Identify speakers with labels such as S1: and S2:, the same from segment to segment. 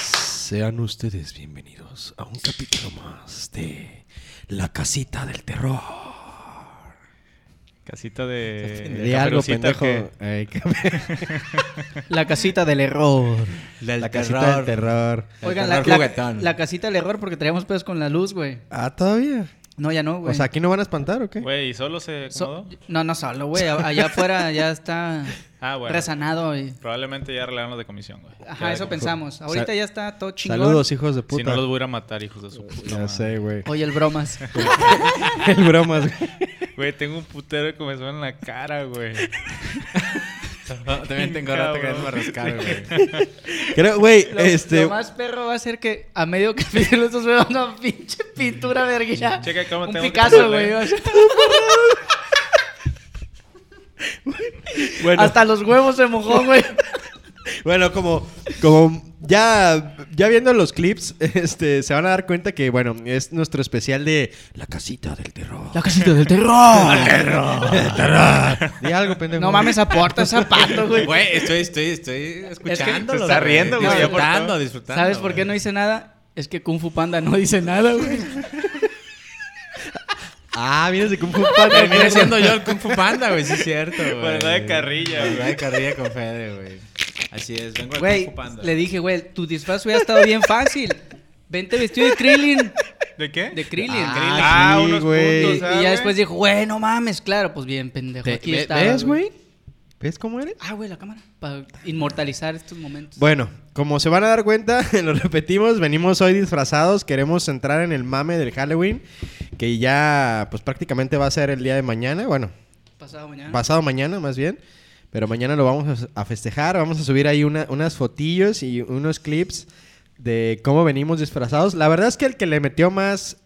S1: Sean ustedes bienvenidos a un capítulo más de La Casita del Terror.
S2: Casita de.
S3: De, algo,
S2: Caperucita,
S3: pendejo.
S2: Eh, ¿qué?
S3: Ay, qué-
S4: La casita del error.
S3: la casita del terror.
S4: Oigan, la, la- la casita del error porque traíamos pedos con la luz, güey.
S3: Ah, todavía.
S4: No, ya no, güey.
S3: O sea, ¿aquí no van a espantar o qué?
S2: Güey, ¿y solo se
S4: So-
S2: acomodó?
S4: no, no solo, güey. A- Allá afuera ya está
S2: Ah, bueno.
S4: resanado. Y...
S2: Probablemente ya arreglaron los de comisión, güey. Ya
S4: Ajá,
S2: de
S4: eso
S2: comisión.
S4: pensamos. Ahorita ya está todo chingón.
S3: Saludos, hijos de
S2: Si no
S3: puta.
S2: los voy a ir a matar, hijos de su puta.
S3: ya
S2: madre.
S3: sé, güey.
S4: Oye, el bromas.
S3: El bromas, güey.
S2: Güey, tengo un putero de comezón en la cara, güey.
S5: También tengo rato que
S2: Cabrón.
S5: me rascar, güey.
S3: Creo, güey,
S4: Lo,
S3: este.
S4: lo más perro va a ser que a medio capítulo estos vean una pinche pintura verguilla.
S2: Checa cómo
S4: Un
S2: tengo que
S4: Picasso,
S2: ponerle.
S4: güey. o sea,
S3: Bueno,
S4: Hasta los huevos se mojó, güey.
S3: bueno, como. Como ya, ya viendo los clips, este, se van a dar cuenta que, bueno, es nuestro especial de La casita del terror.
S4: La casita del terror.
S3: Terror. terror. Di algo, pendejo.
S4: No mames, aporta zapato, güey.
S5: Güey, estoy, estoy, estoy escuchando.
S2: se está riendo, güey, ya por
S5: Disfrutando,
S2: todo.
S5: disfrutando.
S4: ¿Sabes por qué no dice nada? Es que Kung Fu Panda no dice nada, güey.
S3: Ah, vienes de Kung Fu Panda.
S5: Terminé siendo yo el Kung Fu Panda, güey, sí es cierto, güey.
S2: Por andar de carrilla,
S5: Por andar
S2: güey.
S5: de carrilla con Fede, güey. Así es, vengo al
S4: Güey,
S5: Kung Fu Panda.
S4: le dije, güey, tu disfraz hubiera estado bien fácil. Vente vestido de Krillin.
S2: ¿De qué?
S4: De Krillin.
S3: Ah, sí, güey.
S4: Y,
S2: puntos, eh.
S4: y
S2: ¿sabes?
S4: ya después dijo, güey, no mames, claro, pues bien, pendejo.
S3: Ve-
S4: Aquí
S3: ve-
S4: está.
S3: ¿Ves, güey? ¿Ves cómo eres?
S4: Ah, güey, la cámara. Para inmortalizar estos momentos.
S3: Bueno, como se van a dar cuenta, lo repetimos, venimos hoy disfrazados, queremos entrar en el mame del Halloween, que ya pues prácticamente va a ser el día de mañana, bueno,
S4: Pasado mañana.
S3: pasado mañana más bien, pero mañana lo vamos a, a festejar, vamos a subir ahí una- unas fotillos y unos clips de cómo venimos disfrazados. La verdad es que el que le metió más,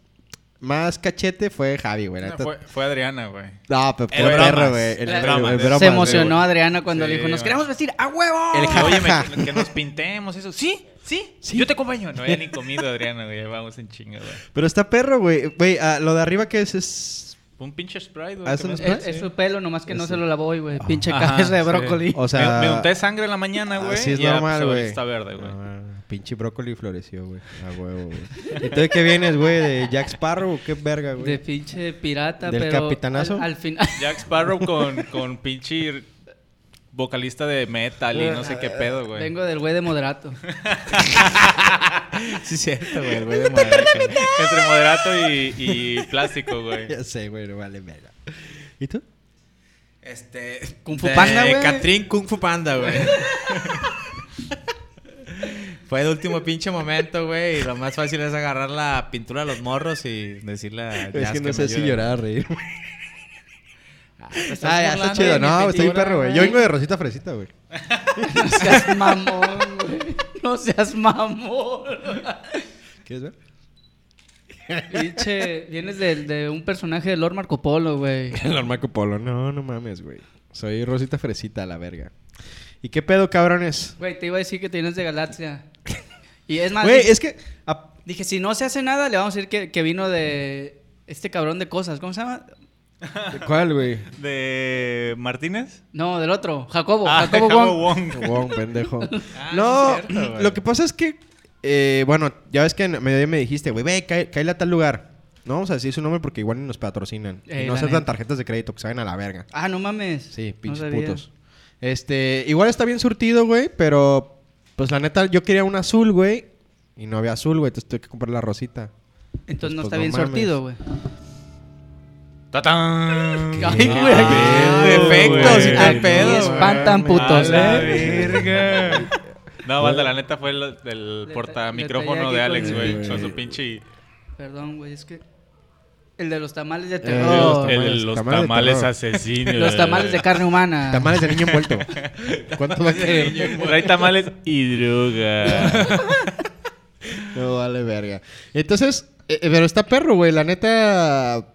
S3: más cachete fue Javi, güey. la
S2: No,
S3: neta-
S2: fue, fue Adriana, güey.
S3: No, pero
S5: El
S3: fue
S5: bromas,
S3: perro, güey. El,
S5: el
S3: el- el
S5: bromas. Se
S3: bromas,
S4: Se
S3: güey.
S4: emocionó Adriana cuando
S2: Sí,
S4: le dijo, nos
S2: güey.
S4: queremos vestir a huevo.
S3: El ja-
S2: Oye,
S3: jajaja.
S2: me- que nos pintemos, eso. ¿Sí? ¿Sí?
S3: Sí.
S2: Yo te acompaño. No había ni comido, Adriana, güey. Vamos en chinga, güey.
S3: Pero está perro, güey. Güey, ah, lo de arriba que es es
S2: Un pinche Sprite,
S3: Ah,
S2: güey.
S3: ¿es
S2: que
S3: un
S2: me-
S3: Sprite?
S4: Eh, es, es su pelo, nomás que no
S3: Ese.
S4: se lo lavó, güey. Pinche
S5: Ajá,
S4: cabeza de
S5: sí.
S4: brócoli.
S3: O sea,
S2: me, me unté sangre en la mañana, güey.
S3: así es
S2: y ya,
S3: normal,
S2: pues,
S3: güey.
S2: ahorita Está verde, güey.
S3: Ah, pinche brócoli floreció, güey. A huevo, güey. Entonces, ¿qué vienes, güey? ¿De Jack Sparrow? o ¿Qué verga,
S4: De
S3: güey?
S4: pinche pirata,
S3: ¿Del
S4: pero...
S3: capitanazo?
S4: Al, al final...
S2: Jack Sparrow con, con pinche vocalista de metal y no sé qué pedo, güey.
S4: Vengo del güey de moderato.
S5: Sí es cierto, güey, el güey de Monarca.
S2: Entre moderato y, y plástico, güey.
S3: Ya sé, güey, no vale verga. ¿Y tú?
S5: Este...
S4: Kung Fu
S5: de
S4: Panda, güey.
S5: Catrín Kung Fu Panda, güey. Fue el último pinche momento, güey. Y lo más fácil es agarrar la pintura de los morros y decirle a
S3: es
S5: Jazz
S3: que no
S5: me
S3: sé si
S5: ayude.
S3: llorar o reír.
S5: Ah,
S4: pues
S5: te estás
S3: Ah, ya está
S5: burlando
S3: chido.
S5: de mi
S3: No, está bien
S5: pintura,
S3: perro, güey. Yo vengo de Rosita Fresita, güey.
S4: No seas mamón, güey. No seas mamón.
S3: ¿Quieres ver?
S4: Pinche, vienes de, de un personaje de Lord Marco Polo, güey.
S3: El Marco Polo. No, no mames, güey. Soy Rosita Fresita, la verga. ¿Y qué pedo, cabrones?
S4: Güey, te iba a decir que te vienes de Galaxia. Y es más,
S3: Güey,
S4: dije,
S3: es que... a-
S4: dije, si no se hace nada, le vamos a decir que, que vino de este cabrón de cosas. ¿Cómo se llama?
S3: ¿Cuál, güey?
S2: ¿De Martínez?
S4: No, del otro. Jacobo.
S2: Ah,
S4: Oh, Jacobo
S2: Jacobo
S4: Wong.
S2: Wong.
S3: Wow, pendejo.
S5: Ah,
S3: no,
S5: sí es cierto, güey.
S3: lo que pasa es que, eh, bueno, ya ves que en mediodía me dijiste, güey, ve, cae, cáele a tal lugar. No vamos a decir su nombre porque igual ni nos patrocinan.
S4: Eh,
S3: y no
S4: la
S3: aceptan
S4: neta.
S3: tarjetas de crédito, que saben a la verga.
S4: Ah, no mames.
S3: Sí,
S4: No
S3: pinches
S4: sabía.
S3: putos. Este, igual está bien surtido, güey, pero pues la neta, yo quería un azul, güey. Y no había azul, güey, entonces tuve que comprar la rosita.
S4: Entonces no
S3: Pues,
S4: está
S3: no
S4: bien
S3: mames.
S4: sortido, güey.
S2: ¡Tatán!
S4: Ay, güey.
S3: Ah,
S5: defectos
S2: güey.
S5: y tal
S2: Aquí
S5: pedo, güey.
S4: espantan putos,
S2: A la
S4: ¿eh?
S2: verga. No, Valda, la neta fue el, el
S4: Le
S2: portamicrófono
S4: le
S2: de
S4: traía
S2: Alex,
S4: aquí con
S2: güey.
S3: el-
S2: Con su pinche.
S4: Perdón, güey, es que... El de los tamales de
S3: Eh, El
S4: terror.
S3: de los
S2: el de los
S3: tamales
S2: tamales,
S3: de terror.
S2: asesinos.
S4: Oh. Los tamales de carne humana.
S3: Tamales de niño envuelto. ¿Cuánto va a querer?
S2: Trae tamales y droga.
S3: No vale verga. Entonces, eh, eh, pero está perro, güey. La neta.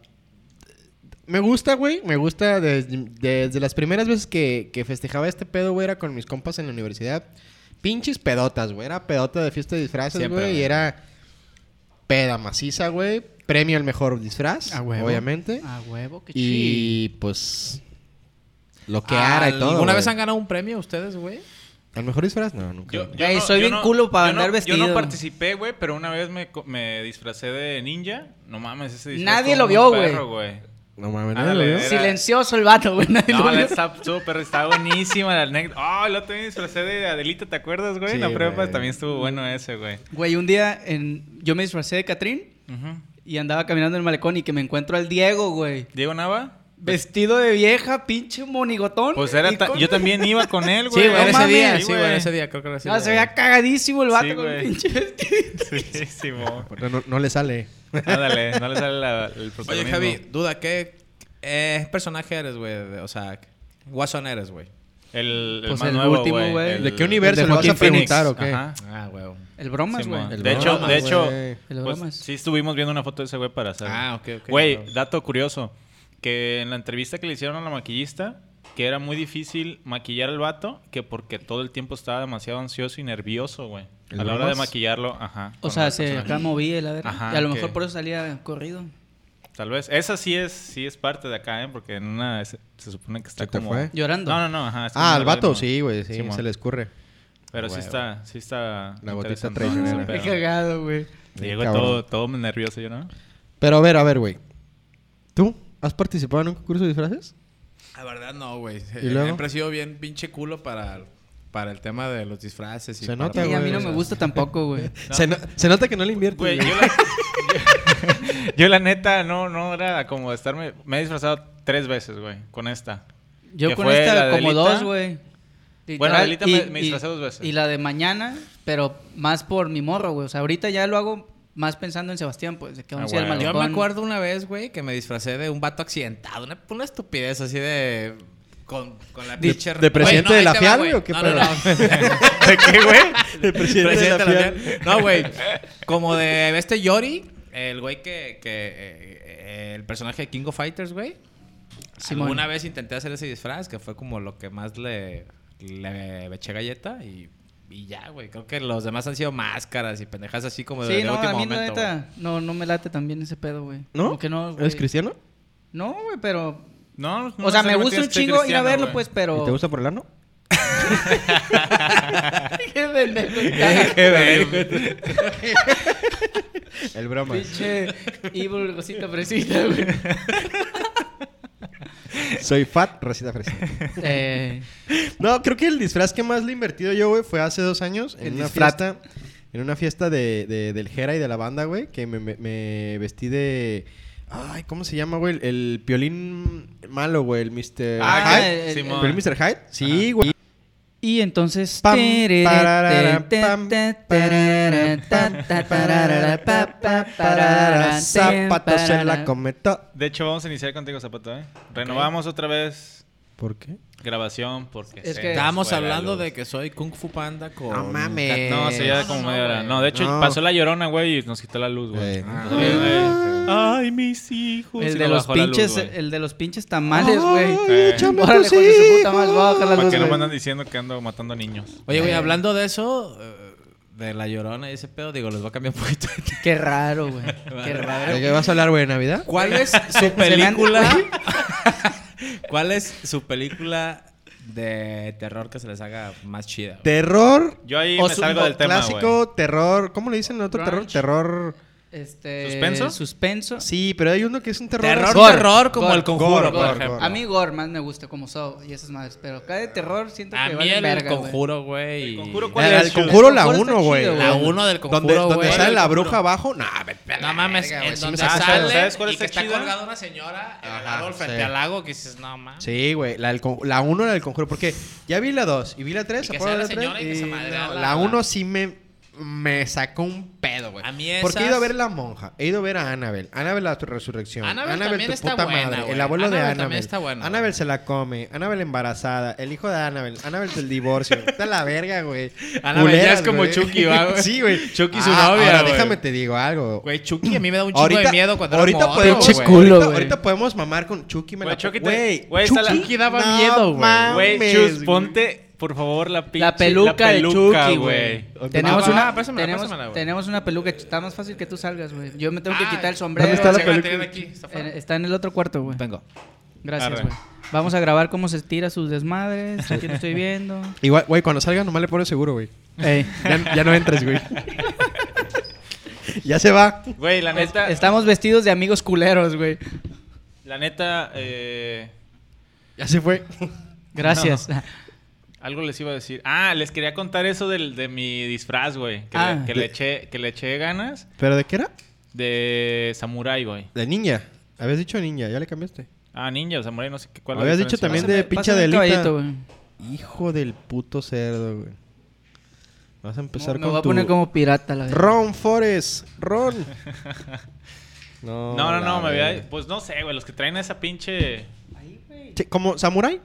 S3: Me gusta, güey. Me gusta desde, desde las primeras veces que, que festejaba este pedo, güey. Era con mis compas en la universidad. Pinches pedotas, güey. Era pedota de fiesta de disfraces,
S5: Siempre,
S3: güey. Y
S5: güey.
S3: era peda maciza, güey. Premio al mejor disfraz,
S4: A huevo.
S3: obviamente.
S4: A huevo, qué chido.
S3: y pues. Lo que
S5: Ah,
S3: hará y todo.
S5: ¿Alguna
S3: güey.
S5: vez han ganado un premio ustedes, güey?
S3: ¿Al mejor disfraz? No, nunca.
S2: Yo,
S4: Güey, soy bien culo para
S2: yo
S4: andar
S2: Yo no
S4: vestido.
S2: participé, güey, pero una vez me, co- me disfracé de ninja. No mames, ese disfraz.
S4: Nadie
S2: estuvo
S4: lo
S2: muy
S4: vio, güey.
S2: perro, güey.
S3: No mames,
S2: Ándale,
S3: nadie lo vio.
S2: era-
S4: Silencioso el vato, güey. nadie
S2: No,
S4: lo
S2: la
S4: vio.
S2: neta está súper, está buenísima la anécdota. Ah, el otro día me disfracé de Adelita, ¿te acuerdas, güey?
S3: Sí,
S2: la prepa
S3: güey.
S2: también estuvo bueno ese, güey.
S4: Güey, un día en... yo me disfracé de Catrín
S2: Ujú.
S4: y andaba caminando en el malecón y que me encuentro al Diego, güey.
S2: Diego Nava.
S4: Vestido de vieja, pinche monigotón.
S2: Pues era
S4: y
S2: ta-
S4: con-
S2: yo también iba con él,
S5: Sí,
S2: güey.
S5: güey,
S4: no
S5: era ese
S4: mames,
S5: día.
S2: sí,
S5: Sí, Pues, güey, Ah,
S2: güey.
S5: era ese día. Creo que era ese
S4: No,
S5: día.
S4: Ah, se veía cagadísimo el vato
S2: Sí,
S4: con el
S2: güey.
S4: pinche vestido.
S2: Sí, sí, mo.
S3: No, no- no le sale.
S2: Ándale, no le sale la- el
S5: Oye,
S2: protagonismo.
S5: Javi, duda, ¿qué eh, personaje eres, güey? De- O sea, Guasón eres, güey.
S2: El, el
S4: Pues
S2: más
S4: el
S2: nuevo,
S4: último, güey.
S2: El-
S3: ¿De qué universo
S4: de
S3: le vas a
S4: Joaquín Phoenix.
S3: preguntar o qué?
S2: Ajá.
S5: Ah, güey.
S4: El bromas,
S2: Sí,
S4: güey.
S2: mo.
S3: El
S2: de hecho,
S3: bromas,
S2: de hecho,
S3: güey.
S4: El
S2: pues,
S4: bromas.
S2: sí estuvimos viendo una foto de ese güey para hacer.
S5: Ah, ok, ok.
S2: Güey, dato curioso. Que en la entrevista que le hicieron a la maquillista, que era muy difícil maquillar al vato, que porque todo el tiempo estaba demasiado ansioso y nervioso, güey. A
S3: ¿El
S2: la hora de
S3: bromas?
S2: maquillarlo, ajá.
S4: O
S2: con
S4: sea,
S2: las
S4: se
S2: personas.
S4: acá movía la verga.
S2: Ajá,
S4: y a lo
S2: ok.
S4: mejor por eso salía corrido.
S2: Tal vez. Esa sí es, sí es parte de acá, ¿eh? Porque en una se, se supone que está
S3: ¿Se te
S2: como...
S3: fue?
S4: Llorando.
S2: No, no, no, ajá. está
S3: Ah,
S2: en
S3: al
S2: la
S3: vato,
S2: lágrima.
S3: sí, güey, sí,
S2: Simón.
S3: se le escurre.
S2: Pero sí
S5: Huevo.
S2: está, sí está...
S3: La gotita
S2: interesante
S3: traicionera.
S2: ese
S4: Qué
S2: pedo.
S4: cagado, güey.
S2: Diego
S3: Cabrón.
S2: todo, todo nervioso, yo no.
S3: Pero a ver, a ver, güey. ¿Tú has participado en un concurso de disfraces?
S5: La verdad, no, güey.
S3: ¿Y
S5: Eh,
S3: luego?
S5: Siempre he sido bien pinche culo para, para el tema de los disfraces. Y
S3: Se
S5: para-
S3: nota,
S4: Y a mí
S3: güey,
S4: no
S3: o
S4: me
S3: sea.
S4: gusta tampoco, güey.
S3: Se, no- se nota que no le inviertes.
S2: Güey,
S3: güey.
S2: Pues, yo la, yo- yo la neta no, no era como de estarme... Me he disfrazado tres veces, güey, con esta.
S4: Yo
S2: ¿Que
S4: con
S2: fue la
S4: esta
S2: de
S4: como
S2: Adelita?
S4: dos, güey.
S2: Bueno,
S4: Literal,
S2: Adelita me- me disfracé dos veces.
S4: Y la de mañana, pero más por mi morro, güey. O sea, ahorita ya lo hago más pensando en Sebastián, pues, de que
S2: Ah,
S4: vamos a ir al
S2: güey.
S5: Yo
S4: malecón.
S5: me acuerdo una vez, güey, que me disfracé de un vato accidentado. Una, una estupidez así de... Con, con la
S3: ¿De-
S5: pinche...
S3: de
S5: Güey,
S3: presidente
S5: ahí
S3: de la
S5: te
S3: FIAL,
S5: güey.
S3: o qué
S5: No, no,
S3: pedo?
S5: no.
S2: ¿De qué, güey?
S3: El presidente de la
S5: Presidente de la
S3: FIAL.
S5: FIAL. No, güey. Como de este Yori, el güey que. que, eh, eh, el personaje de King of Fighters, güey.
S4: Simón.
S5: Alguna vez intenté hacer ese disfraz, que fue como lo que más le. Le eché galleta y. Y ya, güey. Creo que los demás han sido máscaras y pendejas así como de,
S4: Sí,
S5: de
S4: no,
S5: último
S4: a mí la
S5: momento.
S4: neta, no, no me late también ese pedo, güey.
S3: ¿No?
S4: Como que no, güey.
S3: ¿Eres cristiano?
S4: No, güey, pero...
S2: No, no
S4: O sea, me
S2: necesariamente
S4: gusta un
S2: estoy
S4: chingo ir a
S2: cristiano,
S4: verlo,
S2: güey.
S4: pues, pero...
S3: ¿Y te gusta por el ano?
S4: Qué pendejo.
S2: pues,
S3: El broma.
S4: Pinche evil cosita fresita, güey.
S3: Soy fat, recita fresita.
S4: Eh,
S3: No, creo que el disfraz que más le he invertido yo, güey, fue hace dos años. En
S4: El
S3: una
S4: disfraz.
S3: fiesta. En una fiesta de, de- del Jera y de la banda, güey. Que me, me- me vestí de. Ay, ¿cómo se llama, güey? El, el piolín malo, güey. El Mr.
S2: Ah,
S3: Hyde.
S4: el- el-
S2: Simón.
S3: ¿El piolín Mr. Hyde? Sí, güey.
S4: y entonces...
S3: Pam,
S4: Tereré,
S3: pararara,
S4: te,
S3: pam,
S4: te,
S3: pararara,
S4: tereré,
S3: pam,
S4: ta, ta,
S3: pararara,
S4: tararara,
S3: pa,
S4: pa,
S3: pa,
S4: pa, pararara,
S3: pararara, Zapatos en la
S4: pararara.
S3: cometa.
S2: De hecho, vamos a iniciar contigo, Zapato, ¿eh? Renovamos otra vez
S3: ¿Por qué?
S2: grabación porque...
S4: Es
S2: se
S4: que-
S2: nos
S5: Estábamos
S2: fue la
S5: hablando
S2: luz. Ah,
S5: de que soy Kung Fu Panda con.
S3: No mames.
S2: No, se ya como media hora. No, de hecho,
S3: No.
S2: pasó la llorona, güey, y nos quitó la luz, güey.
S3: Eh.
S2: Ah, Nos valió, güey. Ay, mis hijos. Y
S4: El de,
S2: nos
S4: los
S2: bajó la luz,
S4: pinches, eh,
S2: güey.
S4: el de los pinches tamales, güey.
S2: Eh.
S3: Ay, échame
S4: Órale,
S3: tus
S4: hijo de su puta
S3: hijos.
S4: madre, voy a bajar la
S2: Para
S4: luz,
S2: que no me
S4: güey.
S2: andan diciendo que ando matando niños.
S5: Oye, güey, hablando de eso, eh, de la llorona y ese pedo, digo, les voy a cambiar un poquito de
S4: Qué raro, güey. Qué raro.
S3: ¿De qué vas a hablar, güey, de Navidad?
S5: ¿Cuál es su
S4: me anda-
S5: película? ¿Cuál es su película de terror que se les haga más chida? güey?
S3: Terror.
S2: Yo ahí
S4: O
S2: me
S4: su-
S2: salgo del tema, güey.
S3: clásico, terror. ¿Cómo le dicen el otro
S4: Grunge.
S3: terror? Terror.
S4: Este,
S2: ¿Suspenso?
S4: Suspenso.
S3: Sí, pero hay uno que es un terror.
S5: Terror,
S3: así-
S4: Gore.
S5: terror como
S4: Gore.
S5: el conjuro,
S3: Gore,
S5: por
S3: gore,
S5: ejemplo.
S3: gore.
S4: A mí Gore más me gusta como Saw y esas madres, pero acá de terror siento
S5: A
S4: que
S5: mí
S4: vale
S5: el
S4: verga, güey.
S5: conjuro, güey. y-
S2: conjuro, ¿cuál
S3: El,
S2: es?
S3: el conjuro la
S4: El conjuro
S3: 1, güey.
S4: está chido,
S5: La
S4: güey.
S5: 1 del
S3: Donde,
S5: conjuro,
S3: donde
S5: güey.
S3: sale la bruja abajo. Nah, ve- ve-
S5: No mames,
S3: verga,
S5: en
S3: güey, sí me
S5: donde
S3: saca de
S5: sale
S3: pedo.
S2: ¿Sabes cuál
S5: y
S2: está
S5: que está
S2: chida?
S5: colgada una señora en el
S3: Ajá,
S5: árbol frente
S3: sí.
S5: al lago que dices, no mames.
S3: Sí, güey. La, del con- la 1 era del conjuro. Porque ya vi la 2 y vi la 3.
S5: Y que sea la señora y que se madrea la-
S3: La 1 sí me, me sacó un pedo, güey.
S5: A mí esas-
S3: Porque he ido a ver La Monja. He ido a ver a Annabel. Annabel la resurrección.
S5: Annabelle
S3: Annabel,
S5: también
S3: tu
S5: está
S3: puta
S5: buena,
S3: madre.
S5: güey.
S3: El abuelo de
S5: Annabelle
S3: Annabel.
S5: también está buena,
S3: Annabel
S5: güey.
S3: se la come. Annabel embarazada. El hijo de Annabel. Annabel del divorcio. Está la verga, güey.
S5: Annabelle ya
S3: Culeras,
S5: es como
S3: güey.
S5: Chucky, ¿va, güey?
S3: Sí, güey.
S5: Chucky su
S3: Ah,
S5: novia,
S3: ahora
S5: güey.
S3: déjame te digo algo.
S5: Güey, Chucky a mí me da un chingo de miedo cuando
S3: ahorita
S5: era morro,
S3: podemos,
S5: güey.
S4: Pinche culo,
S3: ahorita,
S4: güey.
S3: ahorita podemos mamar con Chucky. Me
S2: Güey,
S3: la
S2: Chucky te-
S3: Güey,
S2: güey, está la-
S5: Chucky daba miedo, güey.
S2: Güey,
S3: mames,
S2: Chus,
S3: güey.
S2: ponte, por favor, la pinche...
S4: La peluca de
S2: peluca,
S4: Chucky, güey.
S5: Ah,
S4: Tenemos
S5: va,
S4: una,
S5: préstamela,
S4: tenemos,
S5: préstamela, güey.
S4: tenemos una peluca. Está más fácil que tú salgas, güey. Yo me tengo
S5: Ah,
S4: que quitar
S3: ¿Dónde
S4: el sombrero. Eh,
S3: está la
S5: Chécate,
S3: peluca?
S5: ven aquí, está
S4: En-
S5: fuera.
S4: está en el otro cuarto, güey.
S5: Vengo.
S4: Gracias,
S2: Arre.
S4: güey. Vamos a grabar cómo se tira sus desmadres. Aquí lo estoy viendo.
S3: Igual, güey, cuando salga nomás le pones seguro, güey.
S4: Ey,
S3: Ya, ya no entres, güey. ya se va.
S2: Güey, la neta.
S4: Estamos vestidos de amigos culeros, güey.
S2: La neta, eh,
S3: Ya se fue.
S4: Gracias.
S2: algo les iba a decir. Ah, les quería contar eso del, de mi disfraz, güey. Que,
S4: Ah.
S2: le, que, le eché, que le eché ganas
S3: ¿Pero de qué era?
S2: de samurái, güey.
S3: De niña. Habías dicho niña, ya le cambiaste. Ah,
S2: Ah, ninja o samurái, no sé qué cuál es la
S3: Habías dicho
S2: diferencia.
S3: también de
S4: Pásame-
S3: pinche
S4: pásame el
S3: delita.
S4: caballito, güey.
S3: Hijo del puto cerdo, güey. Vas a empezar
S4: No, me
S3: con
S4: voy a
S3: tu-
S4: poner como pirata, la verdad.
S3: Ron Forest, Ron. no,
S2: No, no,
S3: la
S2: no, me
S3: verga.
S2: había... Pues no sé, güey, los que traen esa pinche...
S3: Sí, ¿Como samurái?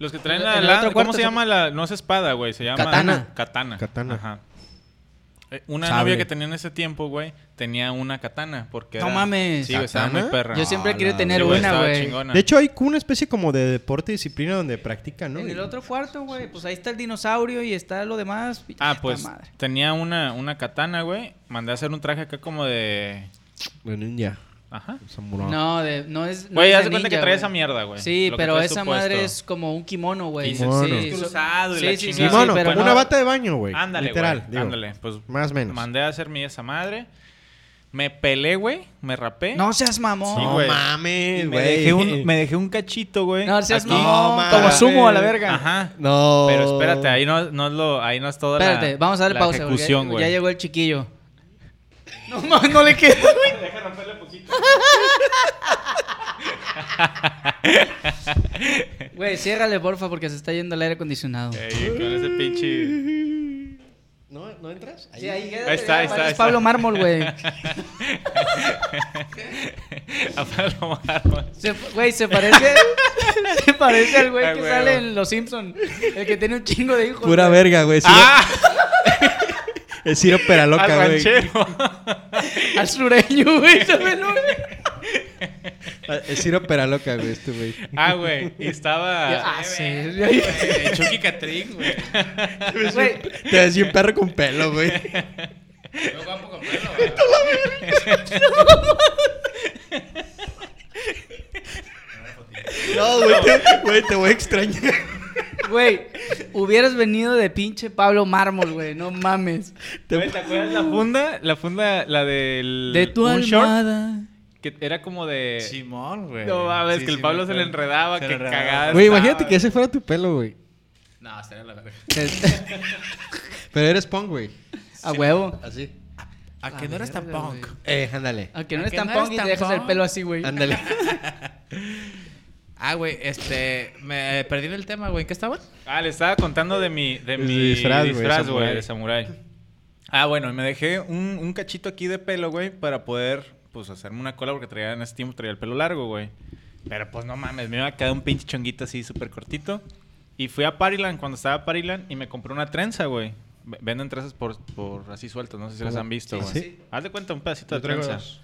S2: Los que traen
S4: En
S2: la...
S4: el
S2: la-
S4: otro
S2: ¿Cómo
S4: cuarto
S2: se
S4: se-
S2: llama la...? No es espada, güey, se llama...
S4: Katana.
S2: Katana.
S3: Katana.
S2: Ajá. Eh, Una
S3: Sable.
S2: novia que tenía en ese tiempo, güey, tenía una katana porque
S4: No
S2: era-
S4: mames.
S2: Sí, güey, estaba muy
S3: ¿Katana?
S2: perra.
S4: Yo siempre
S3: Ah,
S4: quiero
S3: la
S4: tener
S2: Sí, güey,
S4: una,
S2: estaba
S4: güey.
S2: chingona.
S3: De hecho, hay como una especie como de deporte, disciplina donde practican, ¿no?
S4: En el
S3: Y-
S4: otro cuarto, güey, pues ahí está el dinosaurio y está lo demás.
S2: Ah,
S4: Esta
S2: pues
S4: madre.
S2: tenía una, una katana, güey. Mandé a hacer un traje acá como de.
S3: De ninja.
S2: Ajá.
S3: Samurái.
S4: No, de- no es. no
S2: Güey,
S4: es de
S2: haz de cuenta que
S4: ninja,
S2: trae
S4: güey.
S2: esa mierda, güey.
S4: Sí,
S2: Lo que
S4: pero
S2: traes
S4: esa
S2: tú
S4: madre
S2: puesto.
S4: es como un kimono, güey.
S3: Kimono.
S4: Sí,
S2: Es cruzado y
S4: sí,
S2: la
S4: sí, sí,
S2: chingada.
S4: sí,
S3: Kimono,
S4: pero
S3: como
S4: no-
S3: una bata de baño, güey.
S2: Ándale,
S3: Literal,
S2: güey,
S3: digo.
S2: Ándale, pues.
S3: Más o menos.
S2: Mandé a hacer mi esa madre. Me pelé, güey. Me rapé.
S4: No seas mamón.
S2: Sí,
S3: No
S2: güey.
S3: mames,
S2: me,
S3: güey.
S2: dejé un, me dejé un cachito, güey.
S4: No seas
S2: aquí. Ah,
S4: mamón.
S3: No,
S4: como
S3: mames.
S4: sumo a la verga.
S2: Ajá.
S3: No.
S2: Pero espérate, ahí no, no es lo, ahí no es toda la-
S4: Espérate, vamos a darle
S2: la
S4: pausa, güey. Ya,
S2: ejecución, güey.
S4: ya llegó el chiquillo. No, no, no le queda, güey. Güey, ciérrale, porfa, porque se está yendo el aire acondicionado.
S2: Ey, con ese pinche.
S3: ¿No, ¿No entras?
S4: Sí, ahí,
S2: Ahí está, ahí está, ahí
S4: Es
S2: está.
S4: Pablo Mármol, güey.
S2: Apágalo, Marmol.
S4: Se- Güey, se parece. se parece al güey
S5: Ah,
S2: Ay,
S4: que
S2: güey,
S4: sale
S2: güey.
S4: en Los Simpsons. El que tiene un chingo de hijos.
S3: Pura
S4: güey.
S3: verga, güey. Ciro- Es Ciro
S2: Ah, Al
S3: Peraloca, güey.
S2: ranchero.
S4: Al sureño, güey. sábelo, güey.
S3: Es Ciro Peraloca, güey, este güey.
S2: Ah, güey. Y estaba. eh,
S4: Ah, sí.
S5: El Chucky Catrín, güey.
S4: Güey,
S3: Te decía un perro con pelo, güey.
S5: Yo guapo con pelo, güey.
S3: No, güey, te, güey, te voy a extrañar.
S4: güey. Hubieras venido de pinche Pablo Mármol, güey. No mames.
S2: Güey, ¿Te acuerdas la funda? La funda, la del.
S4: De tu
S2: un short
S4: almohada.
S2: Que era como de.
S5: Eh, Simón, güey.
S2: No mames,
S5: Sí,
S2: que el
S5: sí,
S2: Pablo
S5: me
S2: se le
S5: acuerdo.
S2: enredaba,
S5: Se
S2: que
S5: le enredaba.
S2: cagada.
S3: Güey, imagínate que ese fuera tu pelo, güey.
S5: No, estaría la verga.
S2: Este.
S3: Pero eres punk, güey.
S4: A huevo.
S3: Así.
S5: A que no eras tan
S4: Ah, verga, güey.
S5: punk.
S3: Eh, ándale.
S4: Aunque no
S5: ¿A
S4: eres
S5: que
S4: tan
S5: no eres
S4: punk y te
S5: tan
S4: dejas el
S5: punk?
S4: pelo así, güey.
S3: Ándale.
S5: Ah, güey, este. Me perdí en el tema, güey. ¿En qué estaban?
S2: Ah, le estaba contando de mi, de
S3: De
S2: mi
S3: disfraz, güey,
S2: disfraz, güey,
S3: samurái.
S2: de samurái. Ah, bueno, y me dejé un, un cachito aquí de pelo, güey, para poder, pues, hacerme una cola, porque traía en ese tiempo traía el pelo largo, güey. Pero, pues, no mames, me iba a quedar un pinche chonguito así súper cortito. Y fui a Pariland cuando estaba a Pariland y me compré una trenza, güey. V- Venden trenzas por, por así sueltas, no sé si las
S3: ¿Cómo?
S2: han visto,
S3: Sí,
S2: güey.
S3: sí.
S2: Haz de cuenta un pedacito
S3: Yo
S2: de
S3: traigo
S2: trenza.
S3: dos.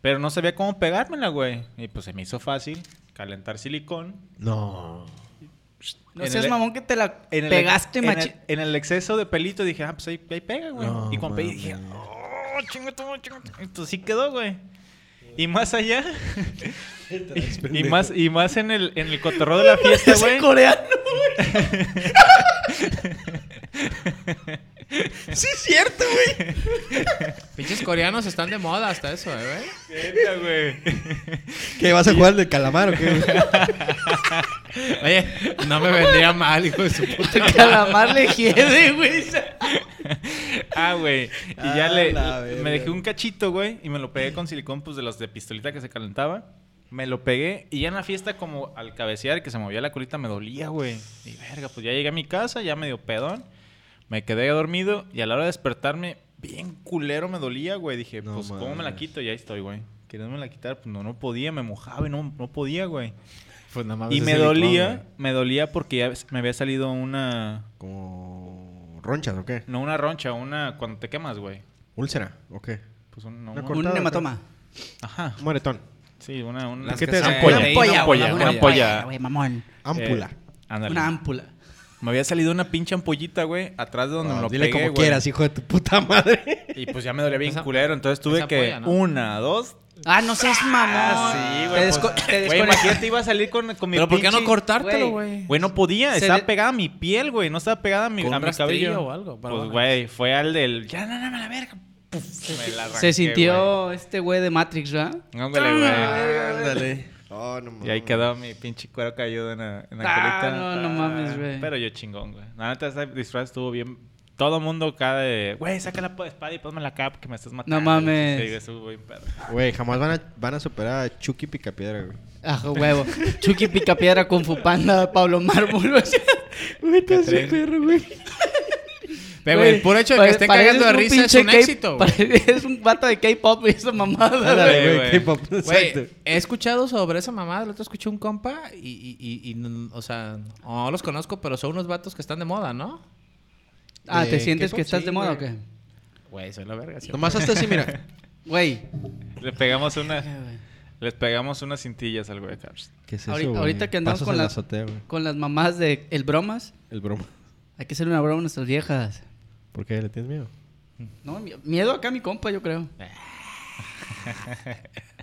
S2: Pero no sabía cómo pegármela, güey. Y pues se me hizo fácil calentar silicón.
S3: No.
S4: No
S2: En
S4: seas
S2: el-
S4: mamón que te la
S2: En el
S4: pegaste,
S2: ex- en el,
S4: machi.
S2: en el exceso de pelito dije, ah, pues ahí, ahí pega, güey.
S3: No,
S2: y cuando pegué
S3: mames.
S2: dije, oh, chingo, todo, chingo. Entonces sí quedó, güey. Y más allá. y, más, y más en el, en el cotorreo de la fiesta,
S4: Es
S2: güey.
S4: en coreano.
S3: Sí, es cierto, güey.
S5: Pinches coreanos están de moda hasta eso, eh, güey.
S2: Neta, güey.
S3: ¿Qué, vas a jugar al del calamar o qué, güey?
S5: Oye, no me vendría mal, hijo de su puta.
S4: El calamar le hiede, güey.
S2: Ah, güey. Y ya
S3: Ah,
S2: le.
S3: la
S2: Me
S3: verga.
S2: dejé un cachito, güey. Y me lo pegué con silicón, pues de los de pistolita que se calentaba. Me lo pegué. Y ya en la fiesta, como al cabecear, que se movía la colita, me dolía, güey. Y verga, pues ya llegué a mi casa, ya medio pedón. Me quedé dormido. Y a la hora de despertarme, bien culero me dolía, güey. Dije,
S3: No
S2: pues, ¿cómo me la
S3: mames.
S2: quito? Y ahí estoy, güey. Queriéndome la quitar, pues no, no podía, me mojaba y no, no podía, güey.
S5: Pues nada más.
S2: Y me dolía, me dolía porque ya me había salido una.
S3: Como ronchas o qué?
S2: No una roncha, una. Cuando te quemas, güey.
S3: ¿Úlcera o qué?
S2: Pues un- no,
S3: Una
S2: un-
S3: cortada,
S4: Un
S3: güey.
S4: hematoma.
S2: Ajá.
S3: Un Ah. moretón.
S2: Sí, una, una
S5: Las
S2: ¿qué
S5: que
S2: te-
S5: son
S2: ampolla,
S5: de
S2: una
S5: leído,
S2: ampolla,
S5: una
S2: una ampolla.
S4: güey, mamón.
S3: Ámpula.
S2: Eh, ándale.
S4: Una ámpula.
S2: Me había salido una pinche ampollita, güey, atrás de donde
S3: Ah,
S2: me lo
S3: dile
S2: pegué,
S3: como
S2: güey.
S3: quieras, hijo de tu puta madre.
S2: Y pues ya me dolía bien
S5: Esa-
S2: culero, entonces tuve
S5: esa
S2: que
S5: ampolla, ¿no?
S2: una, dos,
S4: Ah, no seas mamón.
S2: Ah, sí,
S4: Te
S2: güey.
S4: desco-
S2: pues,
S4: te
S2: Güey,
S4: desconecta-
S2: imagínate, iba a salir con, con mi
S5: Pero ¿por qué no
S2: pinche-
S5: cortártelo,
S4: güey.
S5: güey?
S2: Güey, no podía.
S4: Se
S2: estaba
S4: le-
S2: pegada a mi piel, güey. No estaba pegada a mi,
S5: Con
S2: a
S5: un
S2: mi cabello.
S5: rastrillo o algo, para
S2: Pues,
S5: la-
S2: güey, fue al del... Ya, no, no, no, la verga. Puf, me la arranqué, Ah.
S4: Se sintió este güey de Matrix, ¿verdad?
S2: güey. Ándale,
S3: Ah,
S2: güey.
S1: Ándale.
S3: Oh, no mames.
S2: Y ahí quedó mi pinche cuero cayudo en la, en la
S4: Ah,
S2: colita. Ah,
S4: no, no mames, güey.
S2: Pero yo chingón, güey. La neta, ese disfraz estuvo bien. Todo el mundo acá de... Güey, saca la espada y ponme la acá porque me estás matando.
S4: mames.
S2: Sí, güey, estuvo bien perro.
S3: Güey, jamás van a, van a superar a Chucky Picapiedra, güey.
S4: Ah, huevo. Chucky Picapiedra, Kung Fu Panda, Pablo Mármol. güey. Güey, te hace perro, güey.
S5: Pero, güey, el puro hecho de que
S4: pare-
S5: estén
S4: pareces
S5: cagando de
S4: un
S5: risa es
S4: pinche
S5: un
S4: K-
S5: éxito, güey.
S4: pare- Es un vato de K-pop y esa mamada,
S3: Ándale,
S4: güey.
S2: güey,
S3: güey,
S2: güey.
S3: K-pop,
S5: Güey,
S3: exacto.
S5: he escuchado sobre esa mamada. El otro escuché un compa y, y, y, y n- o sea, no los conozco, pero son unos vatos que están de moda, ¿no?
S4: Ah, ¿te
S3: De
S4: sientes
S3: K-pop,
S4: que estás
S3: sí,
S4: de moda o
S3: güey.
S4: qué?
S5: Güey, soy la verga. sí.
S3: Nomás hasta así, mira.
S4: Güey.
S2: Le pegamos una... Les pegamos unas cintillas al güey acá.
S3: ¿Qué es
S4: Ahorita- ahorita que andamos
S3: Pasos
S4: con
S3: en la
S4: la-
S3: azotea, güey.
S4: Con las mamás de El Bromas,
S3: El broma.
S4: hay que hacerle una broma a nuestras viejas.
S3: ¿Por qué le tienes miedo?
S4: No, mi- miedo acá a mi compa, yo creo.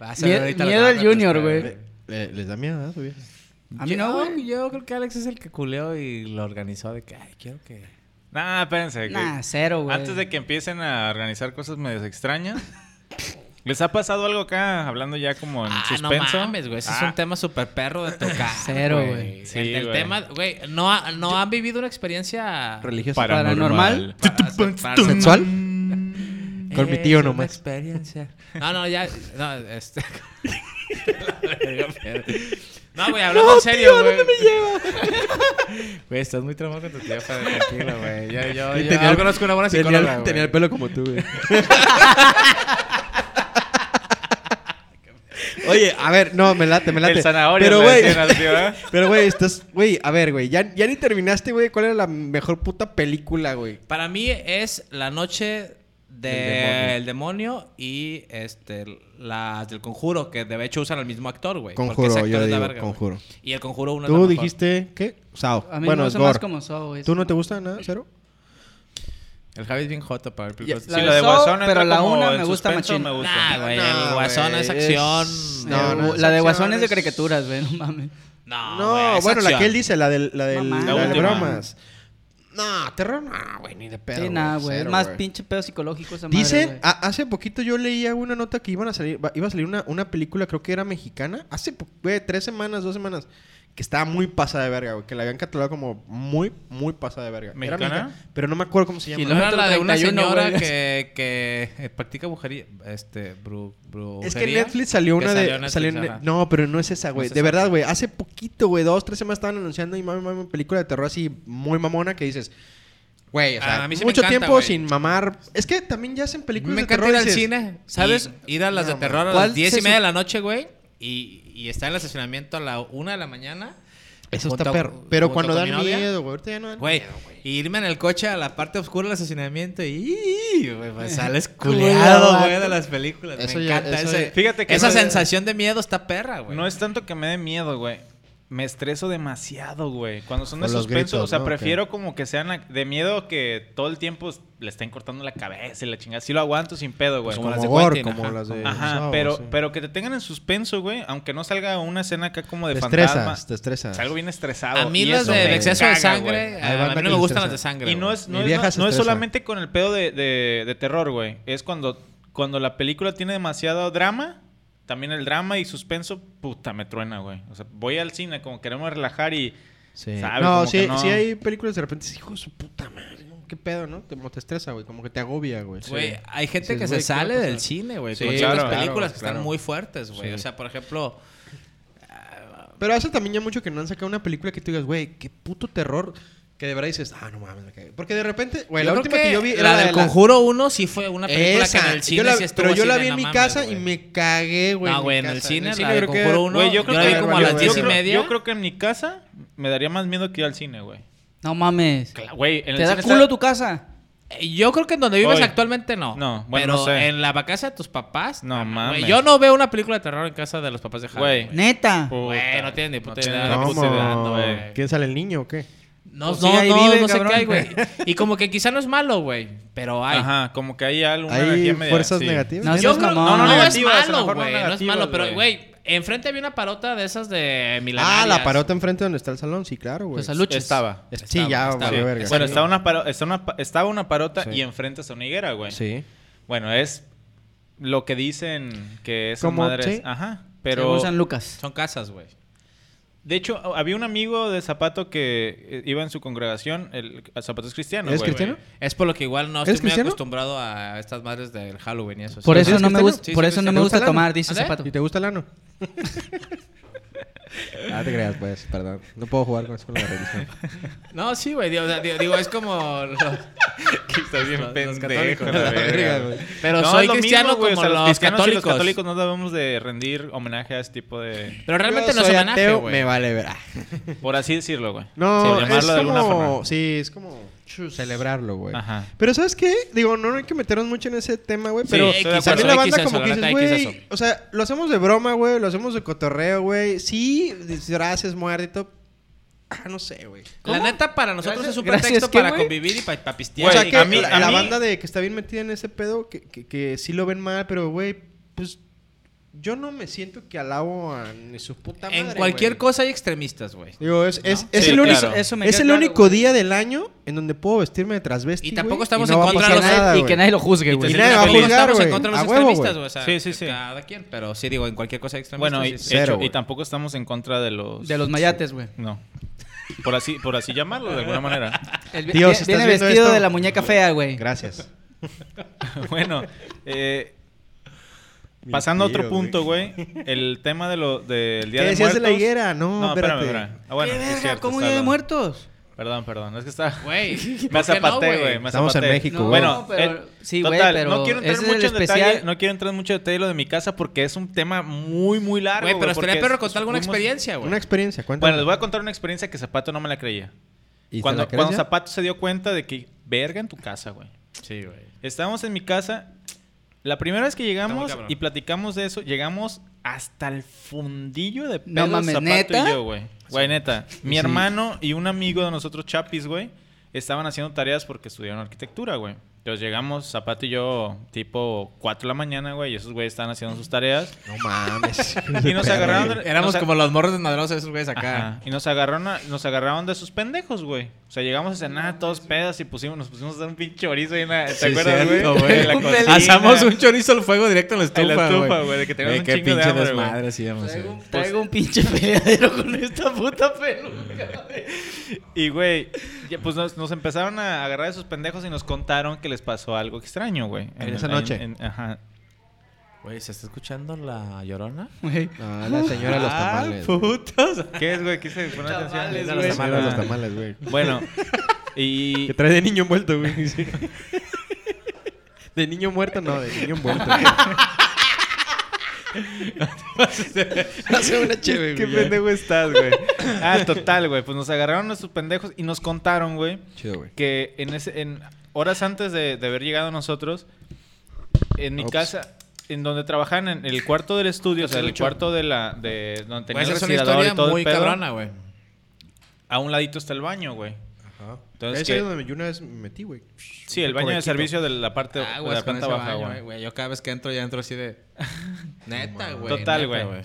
S5: Va a ser
S4: Mie-
S5: Ah, ahorita la
S4: miedo
S5: que va a
S4: al Junior,
S5: contestar,
S4: güey.
S3: Le- Eh, les da miedo, ¿verdad? güey?
S4: A mí no, güey.
S5: Yo creo que Alex es el que culeó y lo organizó de que, ay, quiero que...
S2: Nah, espérense. que-
S4: Nah, cero, güey.
S2: Antes de que empiecen a organizar cosas medias extrañas, ¿les ha pasado algo acá? Hablando ya como en
S5: Ah,
S2: suspenso.
S5: no mames, güey. Ese es
S2: Ah,
S5: un tema súper perro de tocar.
S4: Cero, güey.
S2: Sí,
S5: el, el
S2: güey.
S5: tema, güey, no, ha- no han vivido una experiencia...
S3: Religioso.
S4: paranormal.
S3: ¿Sexual? Con mi
S2: Eh,
S3: tío
S5: Es una
S3: nomás.
S5: experiencia. No, no, ya. No, este. no, güey, hablando en serio, güey. ¿Dónde me Güey, estás muy tramado con tu tío, Fede, tranquilo, güey. Yo, yo,
S3: Y
S5: yo,
S3: tenía el-
S5: ah, conozco una buena
S3: Tenía,
S5: psicóloga,
S3: el-
S5: güey.
S3: tenía el pelo como tú, güey. Oye, a ver, no, me late, me late.
S2: El zanahoria.
S3: Pero,
S2: le
S3: güey,
S2: decían al tío, ¿eh?
S3: pero, güey, estás... Güey, a ver, güey, ya, ya ni terminaste, güey, cuál era la mejor puta película, güey.
S5: Para mí es la noche del demonio. y este las del conjuro, que de hecho usan al mismo actor, güey. porque
S3: Conjuro,
S5: ese actor
S3: yo
S5: es
S3: le
S5: la
S3: digo
S5: verga, güey.
S3: Conjuro.
S5: Y el conjuro uno es la
S3: Tú
S5: mejor.
S3: dijiste, ¿qué? Sao.
S4: A mí
S3: bueno,
S4: me
S3: es
S4: gusta más
S3: gore.
S4: como Saw, güey.
S3: ¿Tú no te gusta nada, Cero?
S5: El Javi es bien jota para ver películas.
S2: Sí,
S4: La
S2: lo
S4: de
S2: de
S4: Saw,
S2: Guasón entra
S4: pero la
S2: como
S4: una
S2: en
S4: me gusta
S2: suspenso,
S4: machín.
S2: me gusta.
S5: Nah, güey, el
S3: No,
S5: guasón
S3: güey, es-
S5: es acción.
S3: No,
S4: No,
S3: no,
S4: la de
S3: es
S4: Guasón
S3: acción,
S4: es de
S3: es-
S4: caricaturas, güey, no mames.
S5: No,
S3: No,
S5: güey, es
S3: bueno, la
S5: acción.
S3: que él dice, la del, la del,
S4: Mamá.
S3: la
S2: La
S3: de
S2: última.
S3: bromas. No, terror no, güey, ni de pedo.
S4: Sí, nada, güey. Es
S3: cero,
S4: más
S3: güey.
S4: pinche pedo psicológico esa madre,
S3: Dicen, "Ah,
S4: güey.
S3: a- hace poquito yo leía una nota que iban a salir, va- iba a salir una, una película, creo que era mexicana, hace po- güey, tres semanas, dos semanas, que estaba muy pasada de verga, güey, que la habían catalogado como muy, muy pasada de verga. Era
S2: ¿Mexicana?
S3: pero no me acuerdo cómo se llama.
S4: Y
S5: No era la de una
S4: 31,
S5: señora
S4: güey.
S5: que, que eh, practica brujería. Este, bru, brujería.
S3: Es que en Netflix salió
S5: que
S3: una de.
S5: salió en Netflix,
S3: salió en-
S5: ajá.
S3: no, pero no es esa, güey.
S5: No es
S3: de
S5: esa.
S3: verdad, güey. Hace poquito, güey, dos, tres semanas estaban anunciando y mami, mami, película de terror así muy mamona que dices. Güey, o sea,
S5: Ah, a mí sí me
S3: mucho
S5: encanta,
S3: tiempo
S5: güey.
S3: sin mamar. Es que también ya hacen películas
S5: Me
S3: de
S5: encanta
S3: terror.
S5: ir al
S3: dices,
S5: cine. ¿Sabes? ir a las
S3: No,
S5: de terror a
S4: ¿Cuál
S5: las 10
S4: se
S5: y media
S4: su-
S5: de la noche, güey. Y, y está en el estacionamiento a la 1 de la mañana.
S3: Eso
S5: junto-
S3: está perro. Pero
S5: junto
S3: cuando
S5: con
S3: dan
S5: mi novia.
S3: miedo, güey. Ahorita ya no dan
S5: Güey,
S3: miedo, güey.
S5: y irme en el coche a la parte oscura del estacionamiento y güey, pues, sales
S4: Culeado,
S5: culeado, güey,
S4: vato.
S5: de las películas.
S3: Eso
S5: me
S3: ya-
S5: encanta
S3: eso
S5: ese-
S3: ya-
S2: Fíjate que
S5: esa
S2: no-
S5: sensación de miedo está perra, güey.
S2: No es tanto que me dé miedo, güey. Me estreso demasiado, güey. Cuando son de
S3: Por los
S2: suspenso,
S3: gritos,
S2: o sea,
S3: ¿no?
S2: prefiero como que sean ac- de miedo que todo el tiempo le estén cortando la cabeza y la chingada. Sí lo aguanto sin pedo, güey.
S5: Pues
S3: Como
S5: como
S3: las
S5: las
S3: de
S5: de
S3: gore,
S5: Quentin,
S3: como
S5: ajá.
S3: las de.
S2: Ajá,
S3: Saw,
S2: pero,
S3: sí.
S2: pero que te tengan en suspenso, güey. Aunque no salga una escena acá como de
S3: Te estresas,
S2: fantasma.
S3: te estresas.
S2: Salgo bien estresado.
S5: A mí
S2: y
S5: las
S2: eso
S5: de
S2: me
S5: exceso de
S2: caga,
S5: sangre,
S2: güey.
S5: a-
S3: Hay
S5: a,
S3: banda
S5: mí
S3: que
S5: no
S3: le
S5: me gustan
S3: estresa.
S5: las de sangre.
S2: Y no
S5: güey.
S2: es,
S3: Mi
S2: no, es-
S3: vieja
S2: no-
S3: se
S2: no es
S3: estresa.
S2: solamente con el pedo de, de- de terror, güey. Es cuando, cuando la película tiene demasiado drama. También el drama y suspenso, puta, me truena, güey. O sea, voy al cine como queremos relajar y...
S3: Sí.
S2: ¿Sabes?
S3: No,
S2: Como
S3: sí,
S2: que no.
S3: sí hay películas de repente, hijo de su puta madre, ¿no? qué pedo, ¿no? Te, como te estresa, güey, como que te agobia, güey.
S5: Güey,
S3: Sí.
S5: hay gente
S3: Dices,
S5: que se
S3: güey, ¿qué va a
S5: sale
S3: pasar?
S5: del cine, güey.
S3: Sí,
S5: con ciertas
S2: claro,
S5: películas que
S3: claro.
S5: están muy fuertes, güey.
S3: Sí.
S5: O sea, por ejemplo,
S3: Pero hace también ya mucho que no han sacado una película que tú digas, güey, qué puto terror, que de verdad dices, ah, no mames, me cagué. Porque de repente, güey, la
S5: creo
S3: última que, yo vi era
S5: la
S3: de
S5: del Conjuro 1 sí fue una película que
S3: Esa.
S5: en el
S3: Yo
S5: cine
S3: la-
S5: sí estuvo
S3: pero yo
S5: así
S3: la
S5: de
S3: vi en
S5: no
S3: mi
S5: mames,
S3: casa y
S5: güey.
S3: me cagué, güey.
S5: No,
S3: mi
S5: güey, en el
S3: casa.
S5: cine,
S3: cine
S5: la de
S3: creo que-
S5: Conjuro uno,
S2: Güey, yo
S5: yo
S2: creo
S5: la
S2: que
S5: vi como a las
S2: yo
S5: 10 y
S2: creo-
S5: media.
S2: Yo creo que en mi casa me daría más miedo que ir al cine, güey.
S4: No mames.
S2: Cla- Güey, en el
S4: ¿Te da
S2: cine
S4: culo
S2: está-
S4: tu casa?
S5: Eh, Yo creo que en donde vives
S2: Hoy.
S5: actualmente no.
S2: No, bueno,
S5: Pero
S2: no sé.
S5: en la vacancia de tus papás. ah,
S2: No
S5: güey,
S2: mames.
S5: Yo no veo una película de terror en casa de los papás de Javi.
S2: Güey.
S5: güey.
S4: Neta.
S2: Puta.
S5: Güey, no tienen ni puta
S2: tienen
S5: idea.
S2: ni
S5: Estamos
S3: ¿Cómo?
S2: puta idea, güey.
S3: ¿Quién sale el niño o qué?
S5: No,
S4: Pues
S5: no,
S4: sí, ahí
S5: no,
S4: vive,
S5: no sé
S4: cabrón.
S5: qué hay, güey. Y como que quizá no es malo, güey, pero hay.
S2: Ajá, como que hay alguna
S3: Hay
S2: energía media,
S3: fuerzas
S2: sí.
S3: negativas.
S4: No,
S5: Yo
S4: seas
S5: creo-
S4: mamón.
S5: no, no, no, es
S2: Negativas, a lo
S5: malo,
S2: mejor no
S5: güey. No es
S2: negativas,
S5: malo, pero,
S2: güey.
S5: güey, enfrente había una parota de esas de Milán.
S3: Ah, la parota enfrente donde está el salón, sí, claro, güey.
S4: Pues, salud. Luches.
S2: Estaba.
S3: Es- Sí, ya,
S5: Estaba,
S3: valió
S5: sí.
S3: verga.
S2: Bueno,
S3: Sí.
S2: estaba una, paro- está una pa- estaba una parota
S3: Sí.
S2: y enfrente está una higuera, güey.
S3: Sí.
S2: Bueno, es lo que dicen que es
S3: Como,
S2: madres.
S3: sí.
S2: Ajá.
S4: Según
S2: Pero
S4: San Lucas.
S5: Son casas, güey.
S2: de hecho a- había un amigo de Zapato que eh, iba en su congregación, el el Zapato es cristiano,
S3: ¿Eres
S2: güey.
S3: cristiano?
S5: Es por lo que igual no
S3: ¿Eres
S5: estoy
S3: cristiano?
S5: muy acostumbrado a estas madres del Halloween y eso.
S4: Por
S5: Sí,
S4: eso
S5: ¿eres
S4: no me
S5: cristiano?
S4: gusta,
S5: Sí,
S4: por
S5: sí,
S4: eso
S5: sí,
S4: no me
S5: sí.
S4: gusta
S3: ¿Te gusta
S4: tomar, dice
S5: ¿Ande?
S4: Zapato.
S3: ¿Y te gusta el ano? ah, te creas, pues, perdón. No puedo jugar con eso con la religión.
S5: No, sí, güey. Digo, o sea, digo- digo, es como... los-
S2: Que Estás bien
S5: Los- los
S2: pendejo,
S5: católicos,
S2: la
S5: la
S2: verga,
S3: verga,
S2: güey.
S3: güey.
S5: Pero
S2: No,
S5: soy
S2: es lo mismo,
S5: cristiano
S2: güey, o
S5: como
S2: sea,
S5: los,
S2: cristianos y
S5: católicos.
S2: los católicos no debemos de rendir homenaje a este tipo de...
S5: Pero realmente
S3: Yo
S5: no es
S3: soy
S5: homenaje,
S3: ateo,
S5: güey.
S3: Me vale ver. Ah.
S2: Por así decirlo, güey.
S3: No,
S2: Por
S3: es
S2: llamarlo de alguna
S3: como...
S2: forma.
S3: Sí, es como celebrarlo, güey.
S2: Ajá.
S3: Pero ¿sabes qué? Digo, no hay que meternos mucho en ese tema, güey,
S2: Sí,
S3: pero
S2: estoy de
S3: también
S2: acuerdo.
S3: la
S5: X
S3: banda
S5: eso,
S3: como
S5: la
S3: que
S5: neta,
S3: dices,
S5: X
S3: güey, o sea, lo hacemos de broma, güey, lo hacemos de cotorreo, güey. Sí, disfraces, muerto. Ah, no sé, güey.
S5: La neta, para nosotros
S4: Gracias-
S5: es un
S4: gracias,
S5: pretexto
S4: ¿qué,
S5: para
S4: güey?
S5: convivir y para pistear.
S3: O sea,
S2: Güey,
S5: y
S3: que
S2: a mí-
S3: la,
S2: a
S3: la
S2: mí-
S3: banda de que está bien metida en ese pedo, que, que, que sí lo ven mal, pero, güey, pues yo no me siento que alabo a ni su puta madre.
S5: En cualquier
S3: güey.
S5: cosa hay extremistas, güey.
S3: Digo, es, es, es
S2: Sí,
S3: el único,
S2: claro.
S4: Eso me
S3: es
S4: queda
S3: el
S4: claro,
S3: único
S4: güey.
S3: día del año en donde puedo vestirme de transvesti.
S5: Y tampoco
S3: güey,
S5: estamos
S3: y no
S5: en
S3: va a
S5: contra
S3: pasar
S5: de los-
S3: nada,
S4: y
S3: güey.
S4: que nadie lo juzgue,
S5: Y
S4: güey.
S3: nadie va a
S5: tampoco
S3: juzgar,
S5: estamos
S3: güey.
S5: en contra de
S3: A
S5: los
S3: huevo,
S5: extremistas, güey.
S3: güey.
S5: O sea,
S2: Sí, sí, sí.
S5: Cada quien, pero sí digo, en cualquier cosa hay extremistas.
S2: Bueno, y,
S5: sí, sí.
S2: de
S3: Cero,
S2: hecho,
S3: güey.
S2: y tampoco estamos en contra de los...
S4: De los mayates, güey.
S2: No. Por así, por así llamarlo, de alguna manera.
S4: El-
S3: Tío,
S4: vie-
S3: si
S4: viene
S3: estás viendo
S4: vestido
S3: esto-
S4: de la muñeca fea, güey.
S3: Gracias.
S2: bueno, eh, pasando a otro
S3: tío,
S2: punto, güey. El tema de lo, del Día
S3: ¿Qué
S2: de
S3: decías
S2: Muertos.
S3: de la higuera? No, espérate.
S2: Ah, bueno,
S4: ¿Qué
S2: sí es
S4: verga?
S2: cierto,
S4: ¿Cómo
S2: está
S4: día de
S2: la-
S4: muertos?
S2: Perdón, perdón. Es que está...
S5: Güey, ¿por
S2: Me
S5: qué no,
S2: zapaté, güey. me
S3: Estamos en
S2: zapaté.
S3: México,
S4: No,
S3: güey.
S2: Bueno,
S4: pero-
S2: eh,
S4: sí, güey,
S2: total,
S4: pero
S2: no quiero entrar
S4: ese es
S2: mucho
S4: el
S2: en detalle,
S4: especial.
S2: no quiero entrar mucho en detalle lo de mi casa porque es un tema muy muy largo,
S5: Güey, pero estaría
S2: porque
S5: perro contar alguna
S2: fuimos-
S5: experiencia, güey.
S3: Una experiencia, cuéntame.
S2: Bueno, les voy a contar una experiencia que Zapato no me la creía.
S3: ¿Y te
S2: Cuando,
S3: la crees
S2: cuando
S3: ya?
S2: Zapato se dio cuenta de que verga en tu casa, güey.
S5: Sí, güey.
S2: Estábamos en mi casa. La primera vez que
S5: Está muy
S2: llegamos
S5: cabrón.
S2: y platicamos de eso, llegamos hasta el fundillo de
S4: No
S2: pelos
S4: mames,
S2: Zapato
S4: ¿neta?
S2: y yo, güey. Güey, neta. Mi hermano y un amigo de nosotros, Chapis, güey, estaban haciendo tareas porque estudiaron arquitectura, güey. Entonces llegamos, Zapato y yo, tipo 4 de la mañana, güey, y esos güeyes estaban haciendo sus tareas.
S3: No mames.
S2: Y nos agarraron. de-
S5: Éramos
S2: nos a-
S5: como los morros desmadrosos esos güeyes
S2: Ajá.
S5: acá.
S2: Y nos agarraron, a- nos agarraron de sus pendejos, güey. O sea, llegamos a cenar todos pedos y pusimos, nos pusimos a dar un pinche chorizo ahí en la... ¿Te acuerdas,
S5: cierto,
S2: güey?
S5: güey.
S2: En la
S4: Un
S2: cocina.
S5: Asamos un chorizo al fuego directo en la estufa,
S2: En la estufa,
S5: güey.
S2: güey, de que teníamos
S5: Güey,
S2: un
S5: qué
S2: chingo de
S5: pinche
S2: hambre, güey.
S5: desmadre hacíamos,
S4: Traigo,
S5: güey.
S2: Pues,
S4: un- traigo un pinche peleadero con esta puta peluca. güey.
S2: Y, güey, ya, pues nos, nos empezaron a agarrar de sus pendejos y nos contaron que les pasó algo extraño, güey.
S3: En esa noche.
S2: ajá.
S5: Güey, ¿se está escuchando la llorona?
S4: Güey.
S3: No, la señora de los
S2: Ah,
S3: tamales. güey.
S5: putos.
S2: ¿Qué es, güey? Quise poner
S4: Tamales,
S2: atención.
S3: La
S4: güey.
S3: señora de los
S2: Ah.
S3: tamales, güey.
S2: Bueno, y...
S3: Que trae de niño envuelto, güey. De niño muerto, no, de niño envuelto. Hace una chévere,
S2: Qué pendejo estás, güey. Ah, total, güey. Pues nos agarraron a sus pendejos y nos contaron, güey,
S3: Chido, güey.
S2: que en ese, en horas antes de, de haber llegado nosotros, en mi
S3: Ops.
S2: casa, en donde trabajaban en el cuarto del estudio, o sea, el
S5: Lucho.
S2: cuarto Pues, de la, de donde tenía
S5: Pues
S2: el
S5: es una
S2: refrigerador
S5: historia
S2: y todo el
S5: muy
S2: pedo,
S5: cabrona, güey.
S2: a un ladito está el baño, güey. Entonces,
S3: Ese
S2: que-
S3: es donde yo una vez me metí, güey.
S2: sí, el baño de servicio de la parte
S5: Ah,
S2: de
S5: güey,
S2: la
S5: con
S2: planta
S5: ese
S2: baja,
S5: baño, güey,
S2: güey.
S5: güey. Yo cada vez que entro, ya entro así de... Neta, güey.
S2: Total,
S5: neta,
S2: güey.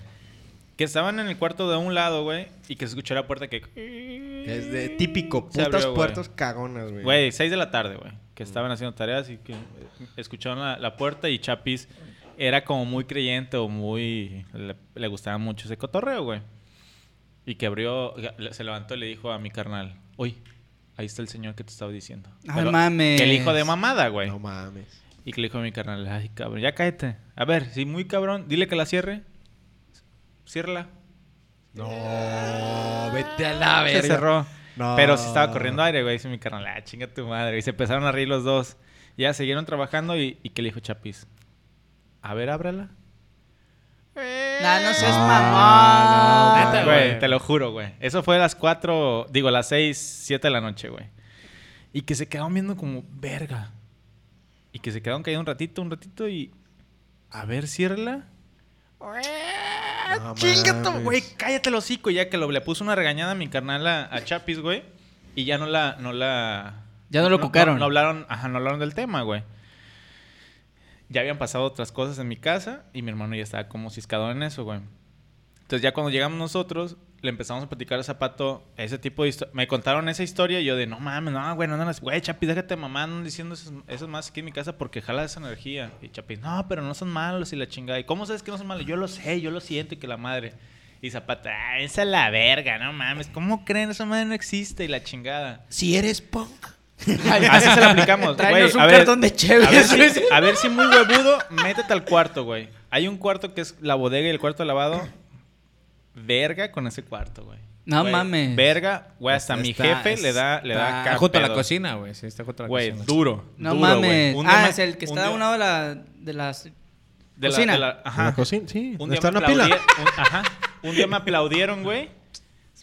S2: Que estaban en el cuarto de un lado, güey, y que se escuchó la puerta que...
S3: Es de típico,
S2: Se
S3: putas
S2: abrió, güey.
S3: puertas cagonas, güey.
S2: Güey, 6 de la tarde, güey. Que estaban haciendo tareas y que eh, escucharon la, la puerta y Chapis era como muy creyente o muy... Le, le gustaba mucho ese cotorreo, güey. Y que abrió, le- se levantó y le dijo a mi carnal, oye, ahí está el señor que te estaba diciendo.
S4: Ay, mames.
S2: Que el hijo de mamada, güey.
S3: No mames.
S2: Y que le dijo a mi carnal, ay, cabrón, ya cállate. A ver, si muy cabrón, dile que la cierre. Ciérrala.
S3: No,
S2: Ah,
S3: vete a la
S2: Se cerró.
S3: No.
S2: Pero sí estaba corriendo aire, güey. Dice mi carnal, ah, chinga tu madre. Y se empezaron a reír los dos. Ya siguieron trabajando y, y que le dijo Chapis, a ver, ábrala.
S4: Nah, no seas
S3: Ah,
S4: mamón.
S5: no, Neta,
S2: güey,
S5: güey.
S2: te lo juro, güey. Eso fue a las 4, digo, a las 6, 7 de la noche, güey. Y que se quedaron viendo como, verga. Y que se quedaron cayendo un ratito, un ratito y. A ver, ciérrala.
S3: No
S2: Chinga tu,
S3: mames. Ah,
S2: güey, cállate el hocico. Ya que lo, le puso una regañada a mi carnal a, a Chapis, güey. Y ya no la, no la.
S4: Ya no lo cucaron.
S2: No, hablaron, ajá, no hablaron del tema, güey. Ya habían pasado otras cosas en mi casa y mi hermano ya estaba como ciscado en eso, güey. Entonces ya cuando llegamos nosotros, le empezamos a platicar a Zapato ese tipo de historia. Me contaron esa historia y yo de, no mames, no, güey, no, no, güey, Chapi, déjate mamá, no andes diciendo esas, esas más aquí en mi casa porque jala esa energía. Y Chapi, no, pero no son malos y la chingada. ¿Y cómo sabes que no son malos? Yo lo sé, yo lo siento y que la madre. Y Zapata, ah, esa es la verga, no mames, ¿cómo creen? Esa madre no existe y la chingada.
S1: Si eres punk.
S2: Así se la aplicamos. güey.
S4: Tráenos un
S2: a ver,
S4: cartón de cheve.
S2: a ver, si, a ver si muy huevudo, métete al cuarto, güey. Hay un cuarto que es la bodega y el cuarto de lavado. Verga con ese cuarto, güey.
S4: No
S2: Güey,
S4: mames.
S2: Verga, güey, hasta mi
S5: Está-
S2: jefe le da, le da
S5: está
S2: acá
S5: junto a la
S2: pedo.
S5: cocina, güey. Sí, está junto a la
S2: Güey,
S5: cocina.
S2: duro.
S4: No
S2: duro,
S4: mames.
S2: güey. Un día
S4: ah,
S2: me-
S4: es el que
S2: un
S4: está a
S2: día-
S4: un lado de, la, de las.
S2: de la-
S4: cocina.
S2: de la- ajá.
S3: la cocina, sí.
S2: Un día,
S3: Está
S2: me
S3: una pila.
S2: aplaudie- un- ajá. Un día me aplaudieron, güey.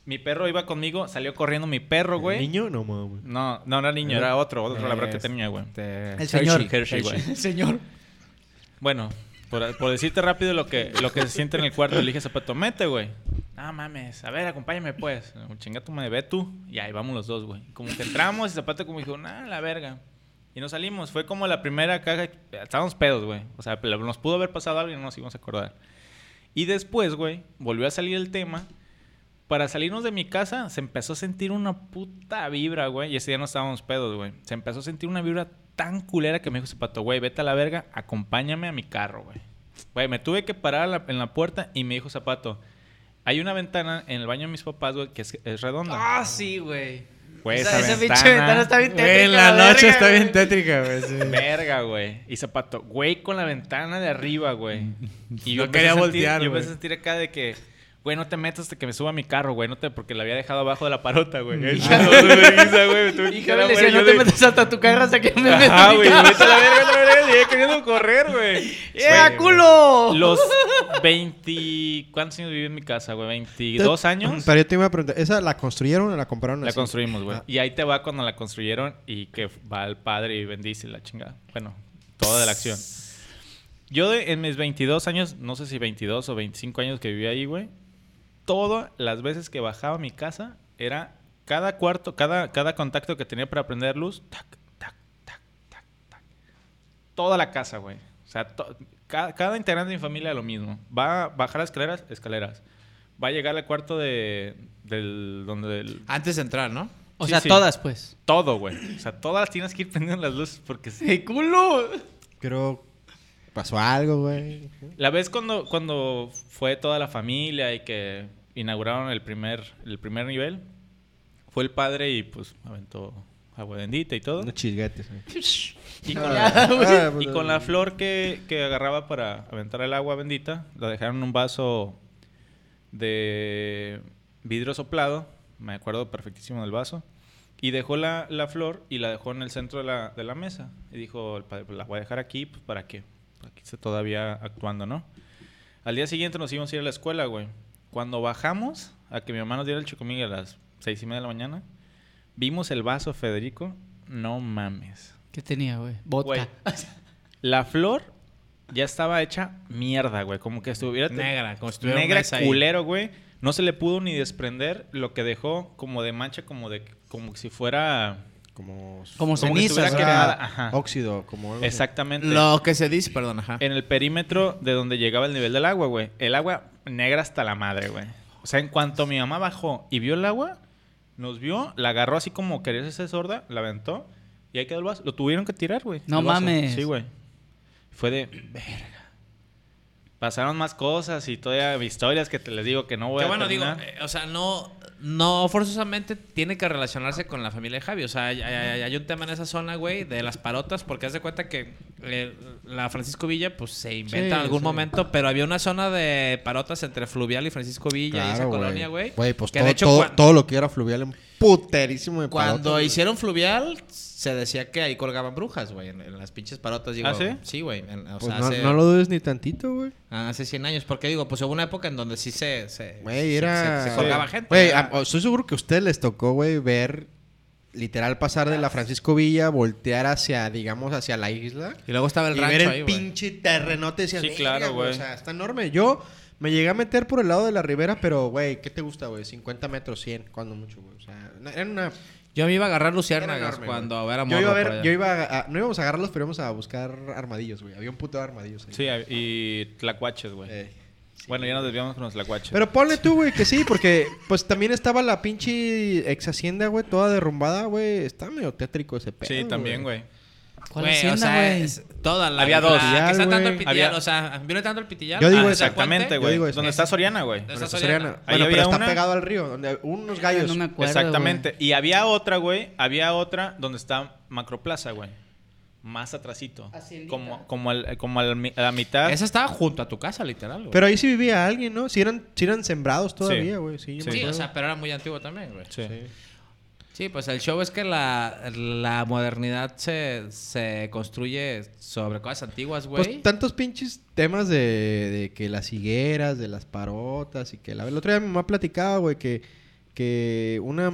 S2: Mi perro iba conmigo, salió corriendo mi perro, güey.
S3: Niño, no mames.
S2: No, no era niño, era otro, otro la verdad que tenía, güey.
S5: Este,
S4: El señor.
S5: Hershey,
S2: Hershey, güey.
S4: El señor.
S2: Bueno, por, por decirte rápido lo que, lo que se siente en el cuarto, le dije a Zapato, mete, güey. Ah, mames, a ver, acompáñame, pues. Chinga tu madre, ve tú. Y ahí vamos los dos, güey. Como que entramos y Zapato como dijo, nah, la verga. Y nos salimos. Fue como la primera caja. Estábamos pedos, güey. O sea, pero nos pudo haber pasado algo y no nos íbamos a acordar. Y después, güey, volvió a salir el tema. Para salirnos de mi casa, se empezó a sentir una puta vibra, güey. Y ese día no estábamos pedos, güey. Se empezó a sentir una vibra tan culera que me dijo Zapato, güey, vete a la verga, acompáñame a mi carro, güey. Güey, me tuve que parar a la- en la puerta y me dijo Zapato, hay una ventana en el baño de mis papás, güey, que es, es redonda.
S4: Ah, sí, güey.
S2: Güey,
S4: Esa,
S2: esa
S4: esa pinche ventana está bien tétrica.
S5: Güey, la noche
S4: verga,
S5: está bien
S4: güey.
S5: tétrica, güey. sí.
S2: Verga, güey. Y zapato, güey, con la ventana de arriba, güey. Y
S5: No
S2: empecé
S5: quería
S2: a sentir-
S5: voltear,
S2: Yo
S5: güey.
S2: empecé a sentir acá de que, güey, no te metas hasta que me suba a mi carro, güey. No te, porque la había dejado abajo de la parota, güey.
S5: Mm.
S2: Eso, vergüenza, güey, me tuve que
S4: Y
S2: quedar
S4: Javi le
S2: afuera,
S4: decía, no
S2: yo
S4: te
S2: de-
S4: metas hasta tu carro hasta que me metas.
S2: Ajá, güey. me meto a la verga, a la verga. Llegué queriendo correr, güey.
S4: ¡Eh, culo!
S2: Los 20... ¿Cuántos años viví en mi casa, güey? ¿22 años?
S3: Pero yo te iba a preguntar, ¿esa la construyeron o la compraron
S2: La
S3: así?
S2: construimos, güey.
S3: Ah.
S2: Y ahí te va cuando la construyeron y que va el padre y bendice la chingada. Bueno, toda la acción. Yo de- en mis 22 años, no sé si 22 o 25 años que viví ahí, güey, todas las veces que bajaba a mi casa era cada cuarto, cada, cada contacto que tenía para prender luz, tac, tac, tac, tac, tac. Toda la casa, güey. O sea, to- ca- cada, integrante de mi familia lo mismo. Va a bajar escaleras, escaleras. Va a llegar al cuarto de, del, donde el-
S5: Antes de entrar, ¿no?
S4: O
S2: Sí,
S4: sea,
S2: sí.
S4: todas, pues.
S2: todo, güey. O sea, todas tienes que ir prendiendo las luces porque sí.
S4: ¡Eh, culo!
S3: Pero pasó algo, güey.
S2: La vez cuando, cuando fue toda la familia y que inauguraron el primer, el primer nivel, fue el padre y pues aventó agua bendita y todo.
S3: Unos chisguetes.
S2: Y con,
S3: Ah, ah,
S2: la,
S3: pues,
S2: y con la flor que, que agarraba para aventar el agua bendita, la dejaron en un vaso de vidrio soplado, me acuerdo perfectísimo del vaso, y dejó la, la flor y la dejó en el centro de la, de la mesa. Y dijo, el padre, pues la voy a dejar aquí, pues para que aquí esté todavía actuando, ¿no? Al día siguiente nos íbamos a ir a la escuela, güey. Cuando bajamos a que mi mamá nos diera el chocomil a las seis y media de la mañana, vimos el vaso, Federico, no mames.
S4: ¿Qué tenía, güey? Vodka.
S2: Güey, la flor ya estaba hecha mierda, güey. Como que estuviera
S5: Negra, como si tuviera
S2: negra
S5: un mes ahí.
S2: culero, güey. No se le pudo ni desprender lo que dejó como de mancha, como de como si fuera
S3: Como...
S4: Como
S2: que
S4: cenizas,
S2: estuviera
S4: güey.
S2: quemada.
S3: Ah,
S2: Ajá.
S3: Óxido, como algo así.
S2: exactamente
S5: Lo que se dice, perdón,
S3: Ah.
S5: ajá.
S2: en el perímetro de donde llegaba el nivel del agua, güey. El agua negra hasta la madre, güey. O sea, en cuanto mi mamá bajó y vio el agua, nos vio, la agarró así como quería hacerse sorda, la aventó y ahí quedó el vaso. Lo tuvieron que tirar, güey.
S4: No
S2: el vaso.
S4: mames.
S2: Sí, güey. Fue de verga. Pasaron más cosas y todavía historias que te les digo que no voy
S5: Que
S2: a
S5: bueno, digo,
S2: terminar.
S5: eh, o sea, no, no forzosamente tiene que relacionarse con la familia de Javi. O sea, hay, hay- hay un tema en esa zona, güey, de las parotas, porque haz de cuenta que eh, la Francisco Villa, pues se inventa en
S3: Sí,
S5: algún
S3: sí.
S5: momento, pero había una zona de parotas entre Fluvial y Francisco Villa y esa
S3: Claro,
S5: colonia, güey.
S3: Güey, pues
S5: que
S3: todo,
S5: de hecho,
S3: todo,
S5: cua-
S3: todo lo que era fluvial, un puterísimo de
S5: cuando
S3: palotas, güey.
S5: hicieron Fluvial, se decía que ahí colgaban brujas, güey, en, en las pinches parotas. Digo,
S2: ¿Ah, sí?
S5: Sí, güey. en- o
S3: Pues
S5: sea,
S3: no,
S5: hace,
S3: no lo dudes ni tantito, güey.
S5: hace 100 años. Porque digo, pues hubo una época en donde sí se... se
S3: Güey,
S5: se-
S3: era...
S5: Se, se colgaba gente.
S3: Güey,
S5: era-
S3: a- estoy seguro que a ustedes les tocó, güey, ver... Literal pasar de la Francisco Villa, voltear hacia, digamos, hacia la isla.
S5: y luego estaba el
S3: y
S5: rancho
S3: ver el
S5: ahí, güey.
S3: pinche terrenote. Decías,
S2: Sí,
S3: "Verga,
S2: claro, güey".
S3: O sea, está enorme. Yo me llegué a meter por el lado de la ribera, pero, güey, ¿qué te gusta, güey? 50 metros, 100, cuando mucho, güey. O sea, na- era una...
S5: Yo me iba a agarrar luciérnagas
S3: enorme,
S5: cuando era
S3: Yo
S5: morro
S3: iba a
S5: por
S3: ver,
S5: allá.
S3: yo iba a, a- no íbamos a agarrarlos, pero íbamos a buscar armadillos, güey. Había un puto de armadillos ahí.
S2: Sí, y tlacuaches, güey.
S3: Eh.
S2: bueno, ya nos desviamos con los tlacuaches.
S3: Pero ponle tú, güey, que sí, porque pues también estaba la pinche ex hacienda, güey, toda derrumbada, güey. Está medio tétrico ese pedo.
S2: sí, también, güey.
S4: ¿Cuál
S5: Güey,
S4: hacienda,
S5: o sea,
S4: güey?
S5: es- toda la
S2: Había
S5: la
S2: dos.
S5: que está
S3: Había-
S5: tanto el pitillal,
S2: había-
S5: o sea, viene tanto el pitillal.
S3: Yo digo
S5: ah,
S3: eso.
S5: el puente,
S2: Exactamente,
S3: Yo
S2: güey.
S3: digo eso.
S2: Donde está Soriana, güey.
S5: Donde
S3: Bueno,
S5: está
S3: está
S5: Soriana.
S3: Soriana.
S2: Ahí
S3: pues, Bueno, pero
S2: había
S3: está
S2: una-
S3: pegado al río, donde unos gallos.
S4: no me acuerdo,
S2: Exactamente. Y había otra, güey. Había otra donde está Macroplaza, güey. Más atrasito.
S4: Haciendita.
S2: Como, como, al- como al mi- a la mitad.
S5: Esa estaba junto a tu casa, literal, güey.
S3: Pero ahí sí vivía alguien, ¿no? Si eran, si eran sembrados todavía, güey. Sí, yo me
S5: Sí, o
S3: acuerdo.
S5: sea, pero era muy antiguo también, güey.
S2: Sí.
S5: Sí, pues el show es que la, la modernidad se, se construye sobre cosas antiguas, güey.
S3: Pues tantos pinches temas de, de que las higueras, de las parotas y que la... El otro día mi mamá platicaba, güey, que, que una,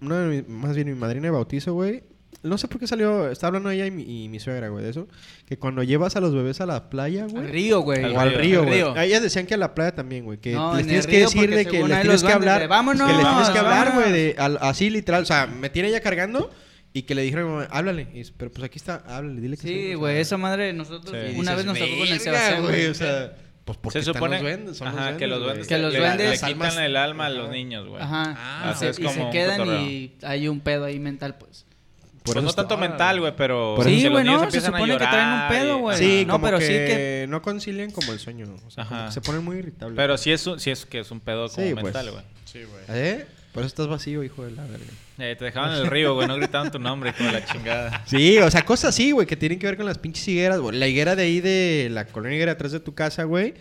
S3: una... de mi- Más bien mi madrina de bautizo, güey. No sé por qué salió... Está hablando ella y mi, y mi suegra, güey, de eso. Que cuando llevas a los bebés a la playa,
S4: Al
S3: güey...
S4: río, güey.
S2: Al
S3: O al río, güey.
S4: río.
S3: A Ellas decían que a la playa también, güey. Que
S4: No,
S3: les
S4: en
S3: tienes
S4: el
S3: que
S4: río,
S3: decir
S4: porque
S3: de que
S4: según
S3: les
S4: ahí
S3: tienes
S4: los
S3: que
S4: duendes
S3: hablar.
S4: de, "Vámonos,
S3: que les tienes que
S4: vámonos".
S3: hablar, güey. de- al- Así literal. O sea, me tiene ella cargando y que le dijeron, a mi mamá, háblale. Y dice, pero pues aquí está, háblale, dile que
S4: Sí,
S3: o
S4: güey,
S3: sea,
S4: esa madre nosotros
S2: Sí.
S4: una vez nos tocó con el
S3: "Verga,
S4: Sebastián.
S3: güey, o
S4: güey.
S3: sea, pues porque
S2: Se
S3: están
S2: supone
S3: los duendes, son
S2: ajá, que los
S3: güey.
S2: duendes,
S4: Que los
S2: le-
S4: duendes-
S2: le quitan
S3: almas-
S2: el alma a los
S3: Ajá.
S2: niños, güey.
S4: Ajá.
S5: Ah,
S4: y se,
S2: es
S4: y
S2: como
S4: se
S2: un
S4: quedan
S2: cotorreo.
S4: y hay un pedo ahí mental, pues. ah,
S3: Por
S2: Pues
S3: eso
S2: no
S3: está-
S2: tanto mental, güey, pero
S3: Por
S2: que
S4: Sí,
S2: los
S4: güey,
S2: niños
S4: no, se
S2: empiezan a
S4: supone que traen un
S2: llorar
S4: pedo,
S2: y-
S4: güey.
S3: Sí,
S4: No,
S3: como
S4: pero
S3: que
S4: sí que-
S3: no concilian como el sueño, o sea, como
S2: Ajá.
S3: que se ponen muy irritables.
S2: Pero sí es, un- sí es que es un pedo como
S3: Sí, pues.
S2: mental, güey.
S3: ¿Eh? Por eso estás vacío, hijo de la verga.
S2: Eh, te dejaban en el río, güey, no gritaban tu nombre, hijo de la chingada.
S3: Sí, o sea, cosas así, güey, que tienen que ver con las pinches higueras. güey. La higuera de ahí de la colonia higuera atrás de tu casa, güey.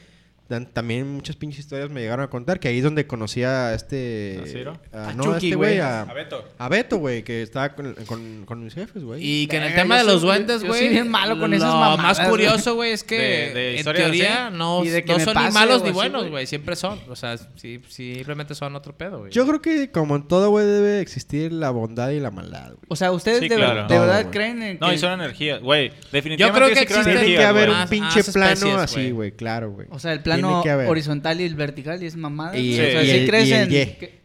S3: dan- También muchas pinches historias me llegaron a contar que ahí es donde conocí a este.
S2: ¿A Ciro?
S3: a-
S4: A
S3: no, a
S4: Chucky,
S3: este güey.
S4: güey.
S3: A,
S2: A Beto.
S3: a Beto, güey, que estaba con, con- con mis jefes, güey.
S5: Y que en el
S4: Verga,
S5: tema de
S4: yo
S5: los
S4: soy-
S5: duendes,
S4: yo
S5: güey.
S4: soy bien malo con esas
S5: lo
S4: mamadas,
S5: más
S4: güey.
S5: curioso, güey, es que
S2: De- de
S5: en
S2: historias
S5: teoría
S2: así.
S5: no,
S4: Y de que
S5: no
S4: me
S5: son ni
S4: pase
S5: malos
S4: o
S5: ni
S4: así,
S5: buenos,
S4: güey.
S5: güey. Siempre son. O sea, sí, sí, simplemente son otro pedo, güey.
S3: Yo creo que, como en todo, güey, debe existir la bondad y la maldad, güey.
S4: O sea, ustedes
S2: Sí,
S4: de, ver-
S2: claro.
S4: de verdad
S3: No, güey.
S4: creen en
S2: No,
S4: que-
S2: y son energías, güey. Definitivamente
S5: Yo creo que
S2: sí creo en
S5: existen-
S3: Tiene
S5: energía,
S3: que haber
S2: güey.
S3: un
S5: Más-
S3: pinche
S5: más
S3: plano
S5: especies,
S3: así,
S5: güey.
S3: güey, claro, güey.
S4: O sea, el
S3: Tiene
S4: plano
S3: que haber.
S4: horizontal y el vertical y es mamada.
S3: Y
S4: o
S2: el-
S4: sea,
S2: y
S3: el-
S4: sí crees
S3: y el
S4: en
S3: Y.
S4: que-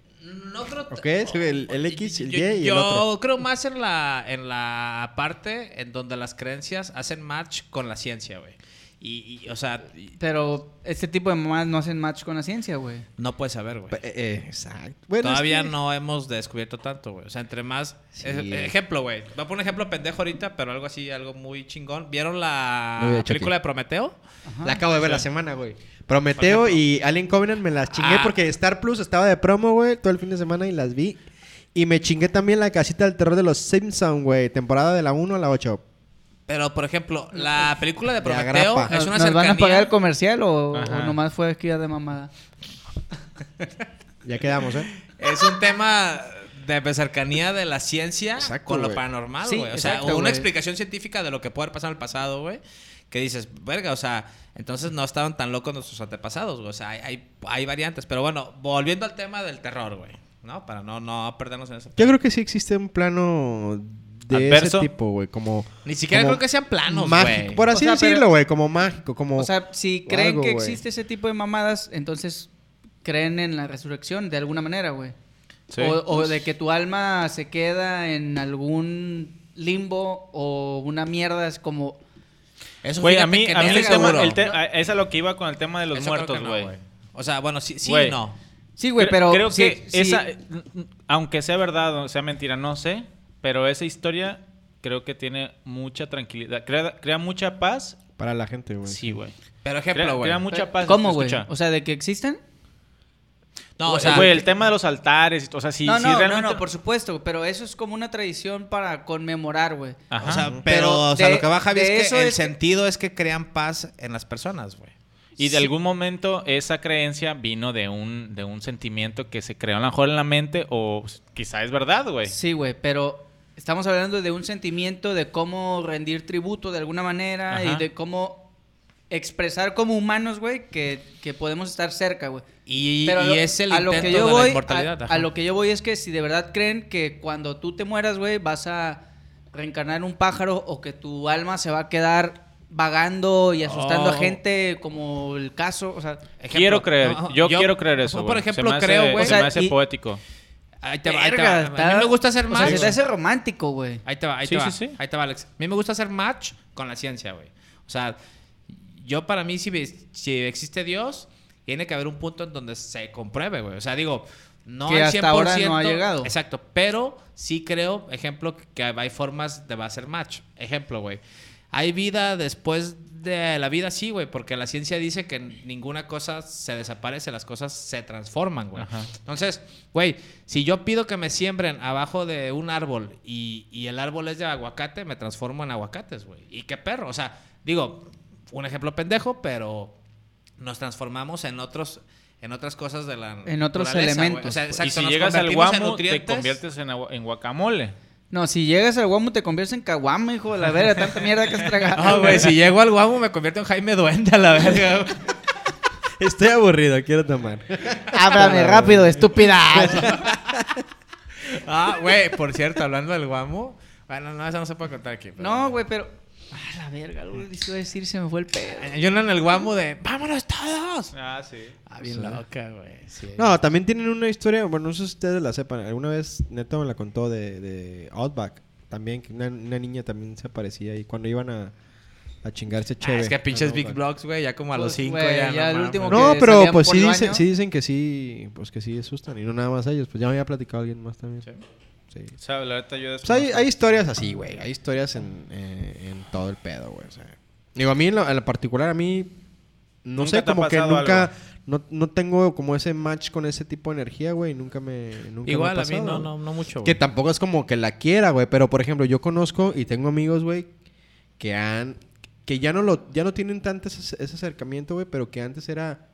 S5: No creo.
S3: Ok, sí, el- el X, el
S5: yo,
S3: Y y el
S5: yo
S3: otro.
S5: creo más en la, en la parte en donde las creencias hacen match con la ciencia, güey. Y, y, o sea, y-
S4: Pero este tipo de mamadas no hacen match con la ciencia, güey.
S5: no puedes saber, güey.
S3: Pe- eh, exacto. Bueno, es
S5: Todavía
S3: que-
S5: no hemos descubierto tanto, güey. O sea, entre más.
S3: Sí.
S5: Eh, ejemplo, güey. Voy a poner un ejemplo pendejo ahorita, pero algo así, algo muy chingón. ¿Vieron la
S3: No, ya, Chucky.
S5: película de Prometeo?
S3: La acabo de ver la semana, güey. Prometeo y Alien Covenant me las chingué
S5: Ah.
S3: porque Star Plus estaba de promo, güey, todo el fin de semana y las vi. Y me chingué también la casita del terror de los Simpsons, güey, temporada de la 1 a la 8.
S5: Pero, por ejemplo, la película de
S3: De agrapa.
S5: Prometeo
S3: Nos-
S5: es una
S4: pues, ¿Nos van
S5: cercanía.
S4: a pagar el comercial o, o
S2: Ajá.
S4: nomás fue aquí de mamada?
S3: Ya quedamos, ¿eh?
S5: Es un tema de pues, cercanía de la ciencia
S3: Exacto,
S5: con lo
S3: güey.
S5: paranormal,
S4: Sí,
S5: güey. o sea,
S4: exacto,
S5: una
S4: güey.
S5: explicación científica de lo que puede haber pasado en el pasado, güey. Que dices, verga, o sea, entonces no estaban tan locos nuestros antepasados, güey. O sea, hay, hay, hay variantes. Pero bueno, volviendo al tema del terror, güey. ¿No? Para no, no perdernos en eso.
S3: Yo creo que sí existe un plano de
S2: Adverso.
S3: ese tipo, güey, como...
S5: Ni siquiera
S3: como
S5: creo que sean planos,
S3: Mágico,
S5: güey.
S3: por así
S4: O sea, pero-
S3: decirlo, güey, como mágico, como...
S4: O sea, si creen
S3: algo,
S4: que
S3: güey.
S4: existe ese tipo de mamadas, entonces creen en la resurrección de alguna manera, güey.
S2: Sí.
S4: O, o de que tu alma se queda en algún limbo o una mierda es como...
S5: Eso
S2: Güey, a
S5: fíjate
S2: mí,
S5: que
S2: a
S5: no
S2: mí el
S5: estoy
S2: tema,
S5: seguro.
S2: el te- a- es a lo que iba con el tema de los
S5: Eso creo que
S2: muertos,
S5: no,
S2: güey.
S5: o sea, bueno, sí, sí
S2: Güey.
S5: no.
S4: Sí, güey,
S2: Cre-
S4: pero...
S2: Creo
S4: sí,
S2: que
S4: sí.
S2: esa, eh, aunque sea verdad o sea mentira, no sé, pero esa historia creo que tiene mucha tranquilidad, crea, crea mucha paz.
S3: Para la gente,
S4: Pues
S3: güey.
S2: Sí, güey.
S5: Pero
S2: Crea,
S5: ejemplo, güey.
S2: crea mucha paz.
S4: ¿Cómo, güey?
S2: escucha.
S4: O sea, de que existen.
S5: No, o
S2: Güey,
S5: sea,
S2: güey, el tema de los altares, o sea, si,
S4: no,
S2: si
S4: no, no,
S2: realmente...
S4: no, por supuesto, pero eso es como una tradición para conmemorar, güey.
S2: Ajá.
S5: O sea, pero,
S4: Pero
S5: o sea,
S4: de-
S5: lo que va Javi es
S4: de
S5: que
S4: eso
S5: el
S4: es-
S5: sentido es que crean paz en las personas, güey.
S2: Y de algún momento esa creencia vino de un, de un sentimiento que se creó a lo mejor en la mente o quizá es verdad, güey.
S4: Sí, güey, pero estamos hablando de un sentimiento de cómo rendir tributo de alguna manera
S2: Ajá.
S4: y de cómo expresar como humanos, güey, que, que podemos estar cerca, güey.
S5: Y,
S4: Pero
S5: y
S4: lo-
S5: es el
S4: a
S5: intento
S4: lo que yo
S5: de
S4: voy,
S5: la
S4: a-
S5: inmortalidad.
S4: A,
S5: ajá.
S4: lo que yo voy es que si de verdad creen que cuando tú te mueras, güey, vas a reencarnar en un pájaro o que tu alma se va a quedar vagando y asustando
S5: Oh.
S4: a gente como el caso, o sea,
S5: Ejemplo,
S2: quiero creer,
S5: no,
S2: yo, quiero creer eso,
S5: Yo,
S2: güey.
S5: por
S2: Se
S5: ejemplo,
S2: me hace-
S5: creo,
S2: Se me
S5: güey.
S4: sea,
S2: hace
S4: y-
S2: poético.
S5: Ahí te va, ahí te
S4: Verga,
S5: va. A
S4: está-
S5: mí me gusta hacer
S4: O sea,
S5: match.
S4: se te hace romántico, güey.
S5: Ahí te va, ahí
S2: Sí,
S5: te va.
S2: sí, sí.
S5: Ahí te va, Alex. A mí me gusta hacer match con la ciencia, güey. O sea, yo para mí, si, ves- si existe Dios, tiene que haber un punto en donde se compruebe, güey. O sea, digo, no
S4: Que
S5: al
S4: hasta ahora
S5: 100%,
S4: no ha llegado.
S5: Exacto, pero sí creo, ejemplo, que hay formas de hacer match. Ejemplo, güey. Hay vida después de la vida, sí, güey, porque la ciencia dice que ninguna cosa se desaparece, las cosas se transforman, güey.
S2: Ajá.
S5: Entonces, güey, si yo pido que me siembren abajo de un árbol y, y el árbol es de aguacate, me transformo en aguacates, güey. Y qué perro. O sea, digo, un ejemplo pendejo, pero nos transformamos en otros en otras cosas de la
S4: En otros
S5: naturaleza, güey.
S4: elementos,
S5: O sea,
S4: pues.
S5: exacto,
S2: y si
S5: nos
S2: llegas al
S5: convertimos en
S2: guamo, te
S5: nutrientes.
S2: conviertes en, agua- en guacamole.
S4: No, si llegas al guamo te conviertes en caguama, hijo de la verga, tanta mierda que has tragado.
S5: No, Ah, güey, si llego al guamo me convierto en Jaime Duende a la verga. güey.
S3: Estoy aburrido, quiero tomar.
S4: Ábrame rápido, estúpida.
S5: Ah, güey, por cierto, hablando del guamo, bueno, no, eso no se puede contar aquí. pero-
S4: No, güey, pero. Ah, la verga, algo que iba a decir, se me fue el pedo.
S5: Yo no en el guamo de ¡Vámonos todos!
S2: Ah, sí.
S5: Ah, bien loca, güey. sí. Ah,
S3: No, también tienen una historia, bueno, no sé si ustedes la sepan, alguna vez Neto me la contó de, de Outback, también, que una, una niña también se aparecía ahí cuando iban a, a chingarse
S5: Ah,
S3: chévere.
S5: es que pinches
S3: al
S5: Big
S3: Outback.
S5: Blocks, güey, ya como a los
S4: Pues,
S5: cinco
S4: güey,
S5: ya.
S4: ya el
S5: mames.
S4: último que-
S3: No, pero
S4: salían
S3: pues
S4: por
S3: sí
S4: el
S3: dicen,
S4: baño.
S3: sí dicen que sí, pues que sí asustan, y no nada más ellos, pues ya me había platicado alguien más también. Sí.
S2: O sea, la neta yo
S3: Pues hay,
S2: desconozco.
S3: hay historias así, güey, hay historias en, eh, en todo el pedo, güey, o sea. Digo, a mí en lo, en lo particular, a mí, no
S2: ¿Nunca
S3: sé,
S2: te ha
S3: como que
S2: pasado
S3: nunca,
S2: algo?
S3: no, no tengo como ese match con ese tipo de energía, güey, nunca me, nunca me ha
S5: Igual a mí
S3: pasado,
S5: no,
S3: güey.
S5: no, no mucho,
S3: Que
S5: güey.
S3: tampoco es como que la quiera, güey. Pero, por ejemplo, yo conozco y tengo amigos, güey, que han... Que ya no lo... Ya no tienen tanto ese, ese acercamiento, güey. Pero que antes era...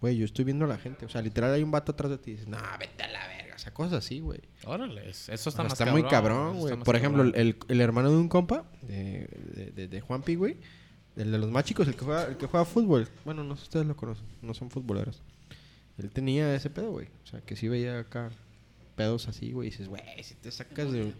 S3: Güey, yo estoy viendo a la gente. O sea, literal hay un vato atrás de ti. Y dices, no, vete a la verga. O sea, cosas así, güey.
S5: Órale, eso
S3: O
S5: está
S3: sea,
S5: más
S3: está muy cabrón,
S5: eso
S3: güey.
S5: está más
S3: Por ejemplo,
S5: cabrón.
S3: el, el hermano de un compa, de, de, de- de Juanpi, güey. El de los más chicos, el que juega, el que juega fútbol. Bueno, no sé si ustedes lo conocen, no son futboleros. Él tenía ese pedo, güey. O sea, que sí veía acá pedos así, güey. Y dices, güey, si te sacas de un.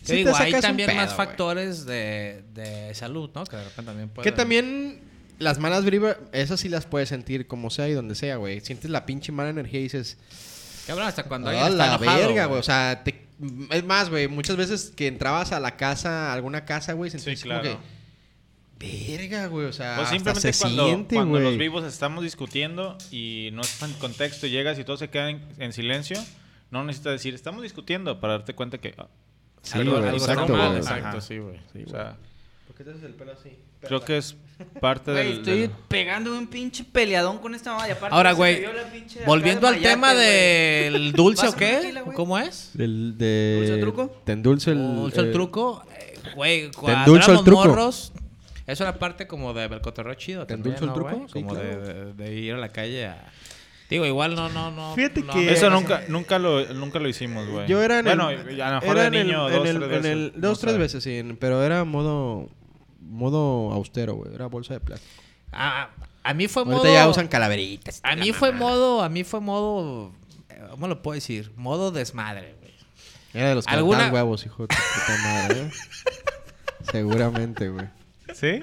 S5: Te
S3: si
S5: digo,
S3: te
S5: hay
S3: sacas un
S5: también
S3: pedo,
S5: más
S3: güey".
S5: factores de, de salud, ¿no? Que de repente también pueden...
S3: Que también las malas vibras, esas sí las puedes sentir como sea y donde sea, güey. Sientes la pinche mala energía y dices,
S5: Cabrón, hasta cuando
S3: A
S5: alguien está
S3: Ah, la
S5: enojado,
S3: verga, güey. O sea, te- es más, güey. Muchas veces que entrabas a la casa, a alguna casa, güey, sentías
S2: Sí,
S3: como
S2: claro.
S3: que. Verga, güey. O sea,
S2: O
S3: hasta
S2: pues simplemente
S3: se
S2: cuando,
S3: siente,
S2: cuando
S3: güey.
S2: los vivos estamos discutiendo y no está en contexto y llegas y todos se quedan en, en silencio, no necesitas decir, estamos discutiendo para darte cuenta que... ah,
S3: Sí,
S5: Algo-
S3: güey,
S5: algo está
S3: exacto,
S5: mal,
S3: güey.
S5: Exacto,
S2: Ajá.
S5: sí, güey.
S3: Sí, güey.
S2: o sea,
S3: ¿Por qué te haces el pelo así?
S2: creo que es parte
S4: Güey,
S2: del...
S4: estoy
S2: del-
S4: pegándome un pinche peleadón con esta mamá. y aparte
S5: Ahora,
S4: se me
S5: güey,
S4: vio la pinche acá
S5: volviendo al
S4: mayate,
S5: tema
S4: güey.
S5: del dulce o
S4: Pásame
S5: qué,
S4: tequila, güey.
S5: ¿cómo es?
S3: Del, de...
S4: ¿Dulce el truco?
S3: Te endulce el.
S5: Dulce
S3: eh,
S5: el truco. eh, Güey, cuando
S3: endulzo el
S5: éramos
S3: truco.
S5: morros... Eso era parte como de Belcotorreo chido.
S3: ¿Te
S5: también,
S3: endulzo el
S5: ¿no,
S3: truco?
S5: güey?
S3: Sí,
S5: Como de,
S3: claro.
S5: de- de ir a la calle a... Digo, igual no, no, no.
S3: Fíjate
S5: no,
S3: que-
S2: Eso
S3: Eh,
S2: nunca, nunca, lo, nunca lo hicimos, güey.
S3: Yo era en
S2: bueno,
S3: el,
S2: a lo mejor
S3: era
S2: de
S3: en el-
S2: niño,
S3: en
S2: dos,
S3: el-
S2: tres
S3: en
S2: veces.
S3: el-
S2: no
S3: dos, tres
S2: sé.
S3: veces, sí. en- Pero era modo. Modo austero, güey. Era bolsa de plástico.
S5: A, Ah, a mí fue
S3: Ahorita
S5: modo...
S3: ya usan calaveritas.
S5: A mí fue modo, a mí fue modo, eh, ¿cómo lo puedo decir? Modo desmadre, güey.
S3: Era de los que
S5: ¿Alguna-
S3: aventaban huevos, hijo de tu puta madre, ¿eh? Seguramente, güey.
S2: ¿Sí?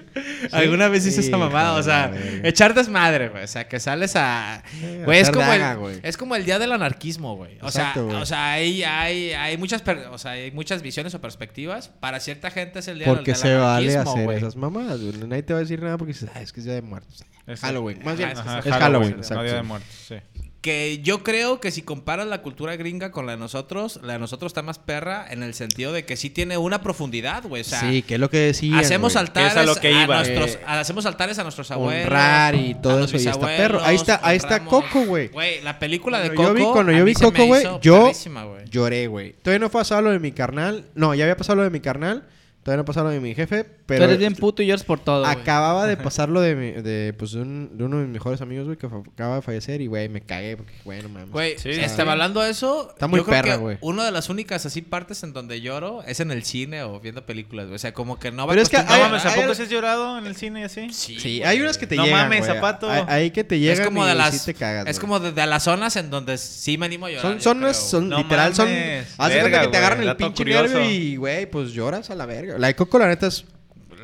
S5: Alguna vez hice
S3: Sí,
S5: esa mamada, o sea,
S3: joder, güey.
S5: echar desmadre, güey. O sea, que sales a.
S3: Sí,
S5: Güey, es
S3: hacer
S5: como,
S3: daga,
S5: el,
S3: güey.
S5: es como el día del anarquismo, güey. O
S3: Exacto,
S5: sea,
S3: güey.
S5: o sea hay, hay, hay muchas per- o sea, hay muchas visiones o perspectivas. Para cierta gente es el día
S3: Porque
S5: del, del
S3: se vale
S5: anarquismo,
S3: hacer
S5: güey.
S3: esas mamadas, güey. Nadie te va a decir nada porque dices, ah, es que es día de muertos.
S2: Ah, Es-
S3: Halloween. Más bien,
S5: Ajá,
S3: es,
S2: Ajá,
S3: es Halloween.
S2: no
S3: exacto.
S2: Día de Muertos, sí.
S5: Que yo creo que si comparas la cultura gringa con la de nosotros, la de nosotros está más perra en el sentido de que sí tiene una profundidad, güey. O sea,
S3: sí, que es lo que decía.
S5: hacemos altares
S2: Que
S5: a,
S2: es a lo que iba.
S5: nuestros
S3: Eh,
S5: a- hacemos altares a nuestros abuelos
S3: honrar y todo
S5: a los
S3: eso, y está
S5: bisabuelos,
S3: perro. Ahí está- ahí está
S5: honramos.
S3: Coco, güey.
S5: güey la película de
S3: Cuando yo
S5: Coco
S3: vi, cuando
S5: a
S3: yo
S5: mí
S3: vi
S5: se me
S3: Coco, güey,
S5: hizo
S3: yo
S5: perrísima, güey.
S3: lloré, güey. Todavía no fue pasado lo de mi carnal. No, ya había pasado lo de mi carnal. Todavía no pasado lo de mi jefe. Pero
S4: Tú eres bien puto y lloras por todo. güey.
S3: Acababa de pasar lo de, mi- de, pues, de un- de uno de mis mejores amigos, güey, que fa- acaba de fallecer. Y, güey, me cagué porque, bueno, mames.
S5: Güey,
S2: Sí, sí.
S5: estaba hablando de eso.
S3: Está muy
S5: yo creo
S3: perra,
S5: que
S3: güey.
S5: Una de las únicas así partes en donde lloro es en el cine o viendo películas, güey. O sea, como que no va
S3: Pero es que
S2: No
S3: Ay,
S5: acostumbrado,
S2: mames,
S5: ¿verdad?
S2: ¿a
S3: ay,
S2: poco
S3: ay.
S2: se has llorado en el cine y así?
S3: Sí, hay unas que te
S2: No
S3: llegan.
S2: mames,
S3: güey.
S2: zapato.
S3: Hay, hay que te llegan
S5: es como
S3: y
S5: de las
S3: sí te cagas.
S5: es
S3: güey.
S5: como de, de las zonas en donde sí me animo a llorar.
S3: Son,
S5: yo
S3: son,
S5: creo,
S3: unas- son
S2: No
S3: literal, son.
S2: mames,
S3: Haz de cuenta
S2: verga,
S3: que te
S2: güey,
S3: agarran el
S2: dato
S3: pinche
S2: curioso.
S3: nervio y, güey, pues lloras a la verga. La de Coco, la neta, es.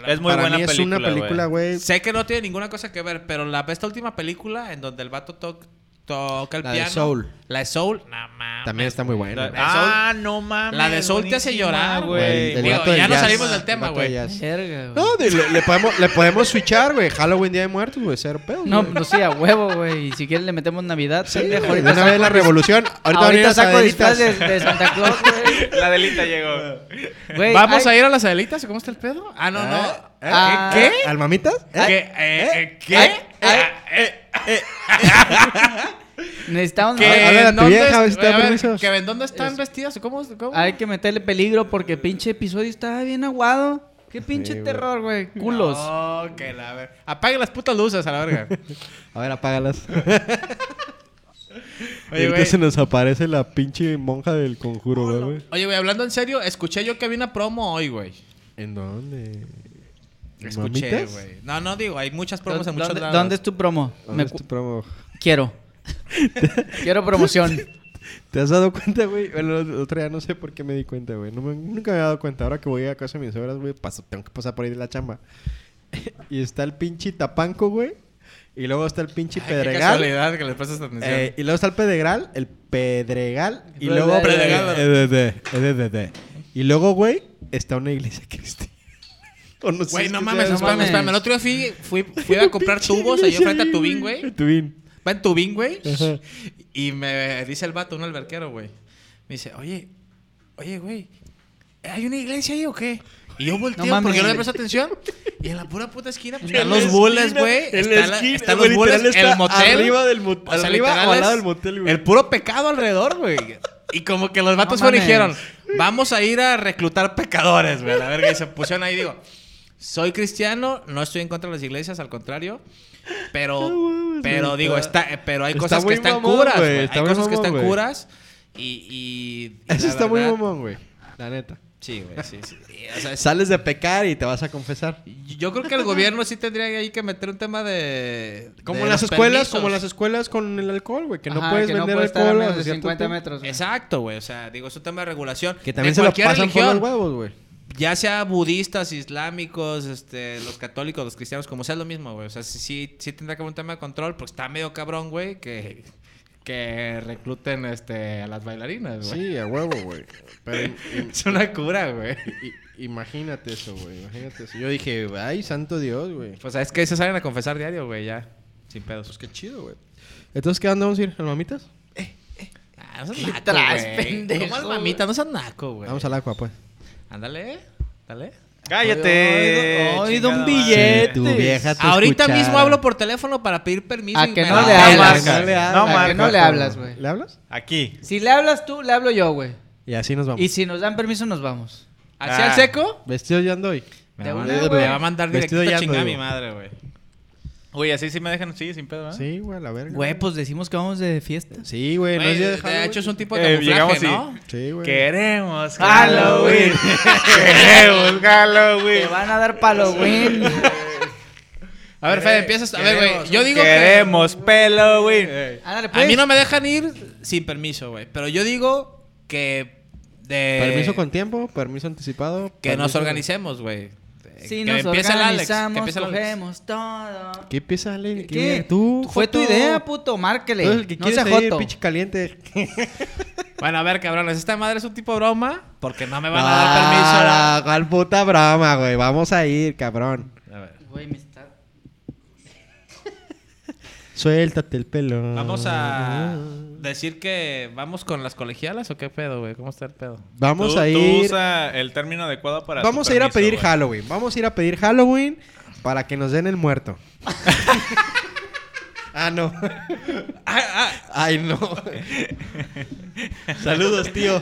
S2: Es muy
S3: para
S2: buena
S3: mí es
S2: película,
S3: una película,
S2: güey.
S3: güey.
S5: Sé que no tiene ninguna cosa que ver, pero la esta última película en donde el vato to- toca el
S3: La de
S5: piano.
S3: Soul.
S5: La de Soul, no mames.
S3: También está muy buena.
S2: La-
S3: güey.
S2: ah, no mames.
S5: La de Soul te hace
S2: buenísima,
S5: llorar,
S3: Güey,
S5: güey.
S3: del
S5: Digo,
S3: gato del
S5: ya nos
S3: jazz.
S5: salimos del tema,
S3: Gato del
S5: güey.
S3: jazz.
S4: Verga, güey.
S3: No, de- le, le podemos, le podemos switchar, güey. Halloween, Día de Muertos, güey. Cero pedos.
S4: No,
S3: güey.
S4: no sí, a huevo, güey. Y si quieres le metemos Navidad,
S3: Sí,
S4: pendejo.
S3: güey, de una vez la revolución. Ahorita,
S4: Ahorita,
S3: ahorita
S4: saco disfraz de,
S3: disfraces.
S4: de Santa Claus, güey.
S2: La delita llegó.
S4: Güey,
S5: ¿Vamos
S4: ay,
S5: a ir a las adelitas? ¿Cómo está el pedo? Ah, no,
S3: ¿Eh?
S5: no.
S4: Ah.
S5: ¿Qué?
S3: ¿Al mamitas?
S5: ¿Qué? ¿Qué? Eh, ¿Qué? Ah, eh,
S4: Necesitamos.
S5: ¿qué?
S3: a ver, a tu
S5: ¿Dónde
S3: vieja,
S5: es-
S3: a ver si te da
S5: a ver,
S3: permiso.
S5: que ven, ¿Dónde están vestidas? ¿Cómo? cómo?
S4: Hay que meterle peligro porque pinche episodio está bien aguado. Qué pinche
S3: güey.
S4: terror, güey. Culos.
S5: No, que la ver. Apaguen las putas luces a la verga.
S3: A ver, apágalas.
S5: Oye,
S3: ahorita
S5: güey.
S3: se nos aparece la pinche monja del conjuro, güey, güey.
S5: Oye, güey, hablando en serio, escuché yo que había una promo hoy, güey.
S3: ¿En dónde?
S5: Escuché,
S3: ¿Mamitas?
S5: güey. No, no, digo, hay muchas
S4: ¿Dó-
S5: promos en muchos
S4: ¿Dónde,
S5: lados.
S4: dónde es tu promo?
S3: ¿Dónde
S4: Me
S3: Ah, es
S4: cu-
S3: tu promo?
S4: Quiero. Quiero promoción.
S3: ¿Te has dado cuenta, güey? Bueno, el otro día no sé por qué me di cuenta, güey. No me- nunca me había dado cuenta. Ahora que voy a casa de mis obras, güey, paso- tengo que pasar por ahí de la chamba. y está el pinche Tapanco, güey. Y luego está el pinche
S5: Ay, Qué
S3: Pedregal.
S5: casualidad que les prestas atención.
S3: Eh, y luego está el Pedregal, el Pedregal. Y
S4: Pedregal.
S3: luego.
S5: Pedregal.
S3: Eh, eh, eh, eh, eh, eh. Y luego, güey, está una iglesia cristiana. O no sé
S5: Güey,
S3: si
S5: no
S3: sea-
S5: mames, no
S4: no
S5: mames.
S4: mames.
S5: Espérame, el otro día fui, fui, fui a comprar
S3: Pinche
S5: tubos allá
S3: iglesia
S5: frente
S3: ahí,
S5: a Tubín, güey.
S3: Tubín.
S5: Va en Tubín, güey.
S3: Ajá.
S5: Y me dice el vato, un alberquero, güey. Me dice, oye, oye, güey, ¿hay una iglesia ahí o qué? Y yo volteo
S4: No mames.
S5: porque yo no le presto atención. Y en la pura puta esquina, pues, están
S3: En la
S5: los bules,
S3: esquina,
S5: güey.
S3: en la
S5: Están la-
S3: esquina,
S5: están
S3: güey,
S5: los bules,
S3: literal, está
S5: el motel.
S3: arriba del mot-
S5: O sea,
S3: arriba
S5: literal
S3: o al lado
S5: es
S3: del motel, güey.
S5: El puro pecado alrededor, güey. Y como que los vatos
S4: No
S5: fueron y dijeron,
S4: mames.
S5: vamos a ir a reclutar pecadores, güey. a La verga, y se pusieron ahí, digo, soy cristiano, no estoy en contra de las iglesias, al contrario.
S3: Ah,
S5: Pero,
S3: mames,
S5: pero
S3: güey,
S5: digo,
S3: está-
S5: está, eh, pero hay
S3: está
S5: cosas
S3: muy
S5: que están
S3: mamón,
S5: curas,
S3: güey,
S5: güey. Hay
S3: está muy
S5: cosas que
S3: mamón,
S5: están
S3: güey.
S5: curas y... y, y
S3: Eso
S5: la
S3: está muy
S5: verdad-
S3: mamón, güey. La neta.
S5: Sí, güey, sí, sí. Y, o sea, es-
S3: Sales de pecar y te vas a confesar.
S5: yo creo que el gobierno sí tendría ahí que meter un tema de...
S3: Como
S5: de
S3: en las
S5: los
S3: escuelas,
S5: permisos.
S3: como en las escuelas con el alcohol, güey, que no
S4: Ajá,
S3: puedes
S4: que
S3: vender
S4: puede estar a
S3: alcohol
S4: menos de
S3: cierto
S4: 50
S3: punto.
S4: metros. güey.
S5: Exacto, güey. O sea, digo, es un tema de regulación.
S3: Que
S5: de
S3: también se lo
S5: cualquier
S3: pasan por
S5: religión,
S3: los huevos, güey.
S5: Ya sea budistas, islámicos, este, los católicos, los cristianos, como sea es lo mismo, güey. O sea, sí, sí, sí tendrá que haber un tema de control, pues está medio cabrón, güey, que, que recluten este, a las bailarinas, güey.
S3: Sí, a huevo, güey. Pero im-
S5: Es una cura, güey.
S3: im- i- imagínate eso, güey. Imagínate eso. Yo dije, ay, santo Dios, güey.
S5: Pues es que se salen a confesar diario, güey, ya. Sin pedos.
S3: Qué chido, güey. Entonces, ¿qué andamos a ir? ¿Al mamitas?
S5: Ah, no seas naco,
S4: traes,
S5: güey.
S4: pendejo,
S5: ¿Cómo es mamita? No seas naco, güey.
S3: Vamos al agua, pues.
S5: Ándale, dale.
S2: Cállate.
S4: Ay, don- ay,
S2: chingada
S4: don Billete.
S2: madre.
S5: Ahorita mismo hablo por teléfono para pedir permiso.
S4: A
S5: y
S4: que
S5: me
S4: no
S5: la
S4: le
S5: marca.
S4: hablas.
S2: marca. No
S4: no le hablas, a que
S2: marca,
S4: no le hablas, güey.
S3: ¿Le hablas?
S2: Aquí.
S4: Si le hablas tú, le hablo yo, güey.
S3: Y así nos vamos.
S4: Y si nos dan permiso, nos vamos.
S5: ¿Así
S2: Ah.
S5: al seco?
S3: Vestido ya ando hoy.
S5: Me
S4: De
S5: va, a
S4: una,
S5: mandar-
S4: güey.
S5: me va a mandar directo
S3: Vestido
S5: a
S3: ya
S5: chingar a
S3: ando,
S5: mi
S3: digo.
S5: madre, güey.
S2: Oye, así sí me dejan, sí, sin
S5: ¿Ah?
S2: pedo, ¿eh?
S3: Sí, güey, a la verga.
S4: Güey, pues decimos que vamos de fiesta.
S3: Sí, güey, no
S5: Güey,
S3: es día
S5: de
S3: de Halloween.
S5: hecho, es un tipo de
S2: Eh,
S5: camuflaje,
S2: llegamos y-
S5: ¿no?
S3: Sí, güey.
S2: Queremos
S4: Halloween.
S2: Queremos
S4: Te
S2: Halloween.
S4: van a dar Halloween.
S5: A ver, Fede, empiezas. A ver, güey. Yo digo que.
S2: Queremos Halloween.
S4: Ándale, pues.
S5: A mí no me dejan ir sin permiso, güey. Pero yo digo que. De,
S3: Permiso con tiempo, permiso anticipado.
S5: eh, Que nos
S3: permiso-
S5: organicemos, güey.
S4: Si
S5: que
S4: nos
S5: empiece el Alex, que
S4: organizamos,
S5: empiece el Alex.
S4: cogemos todo.
S3: ¿Qué empieza, Ale?
S4: ¿Qué?
S3: ¿Tú?
S4: Fue tu
S3: Joto?
S4: idea, puto.
S3: Tú
S4: Márquele.
S3: eres el que
S4: no
S3: quieres
S4: sea
S3: ahí,
S4: joto.
S3: pinche caliente.
S5: Bueno, a ver, cabrones. Esta madre es un tipo de broma. Porque no me van a
S3: Ah,
S5: dar
S3: ¿Cuál puta broma, güey? Vamos a ir, cabrón.
S5: permiso. A ver.
S4: Güey, me está...
S3: Suéltate el pelo.
S5: Vamos a decir que vamos con las colegialas o qué pedo, güey. ¿Cómo está el pedo?
S3: Vamos
S2: Tú-
S3: a
S2: Tú
S3: ir.
S2: usa el término adecuado para. tu
S3: Vamos a ir a
S2: permiso,
S3: pedir
S2: güey.
S3: Halloween. Vamos a ir a pedir Halloween para que nos den el muerto. ah, no. Ay, no. Saludos, tío.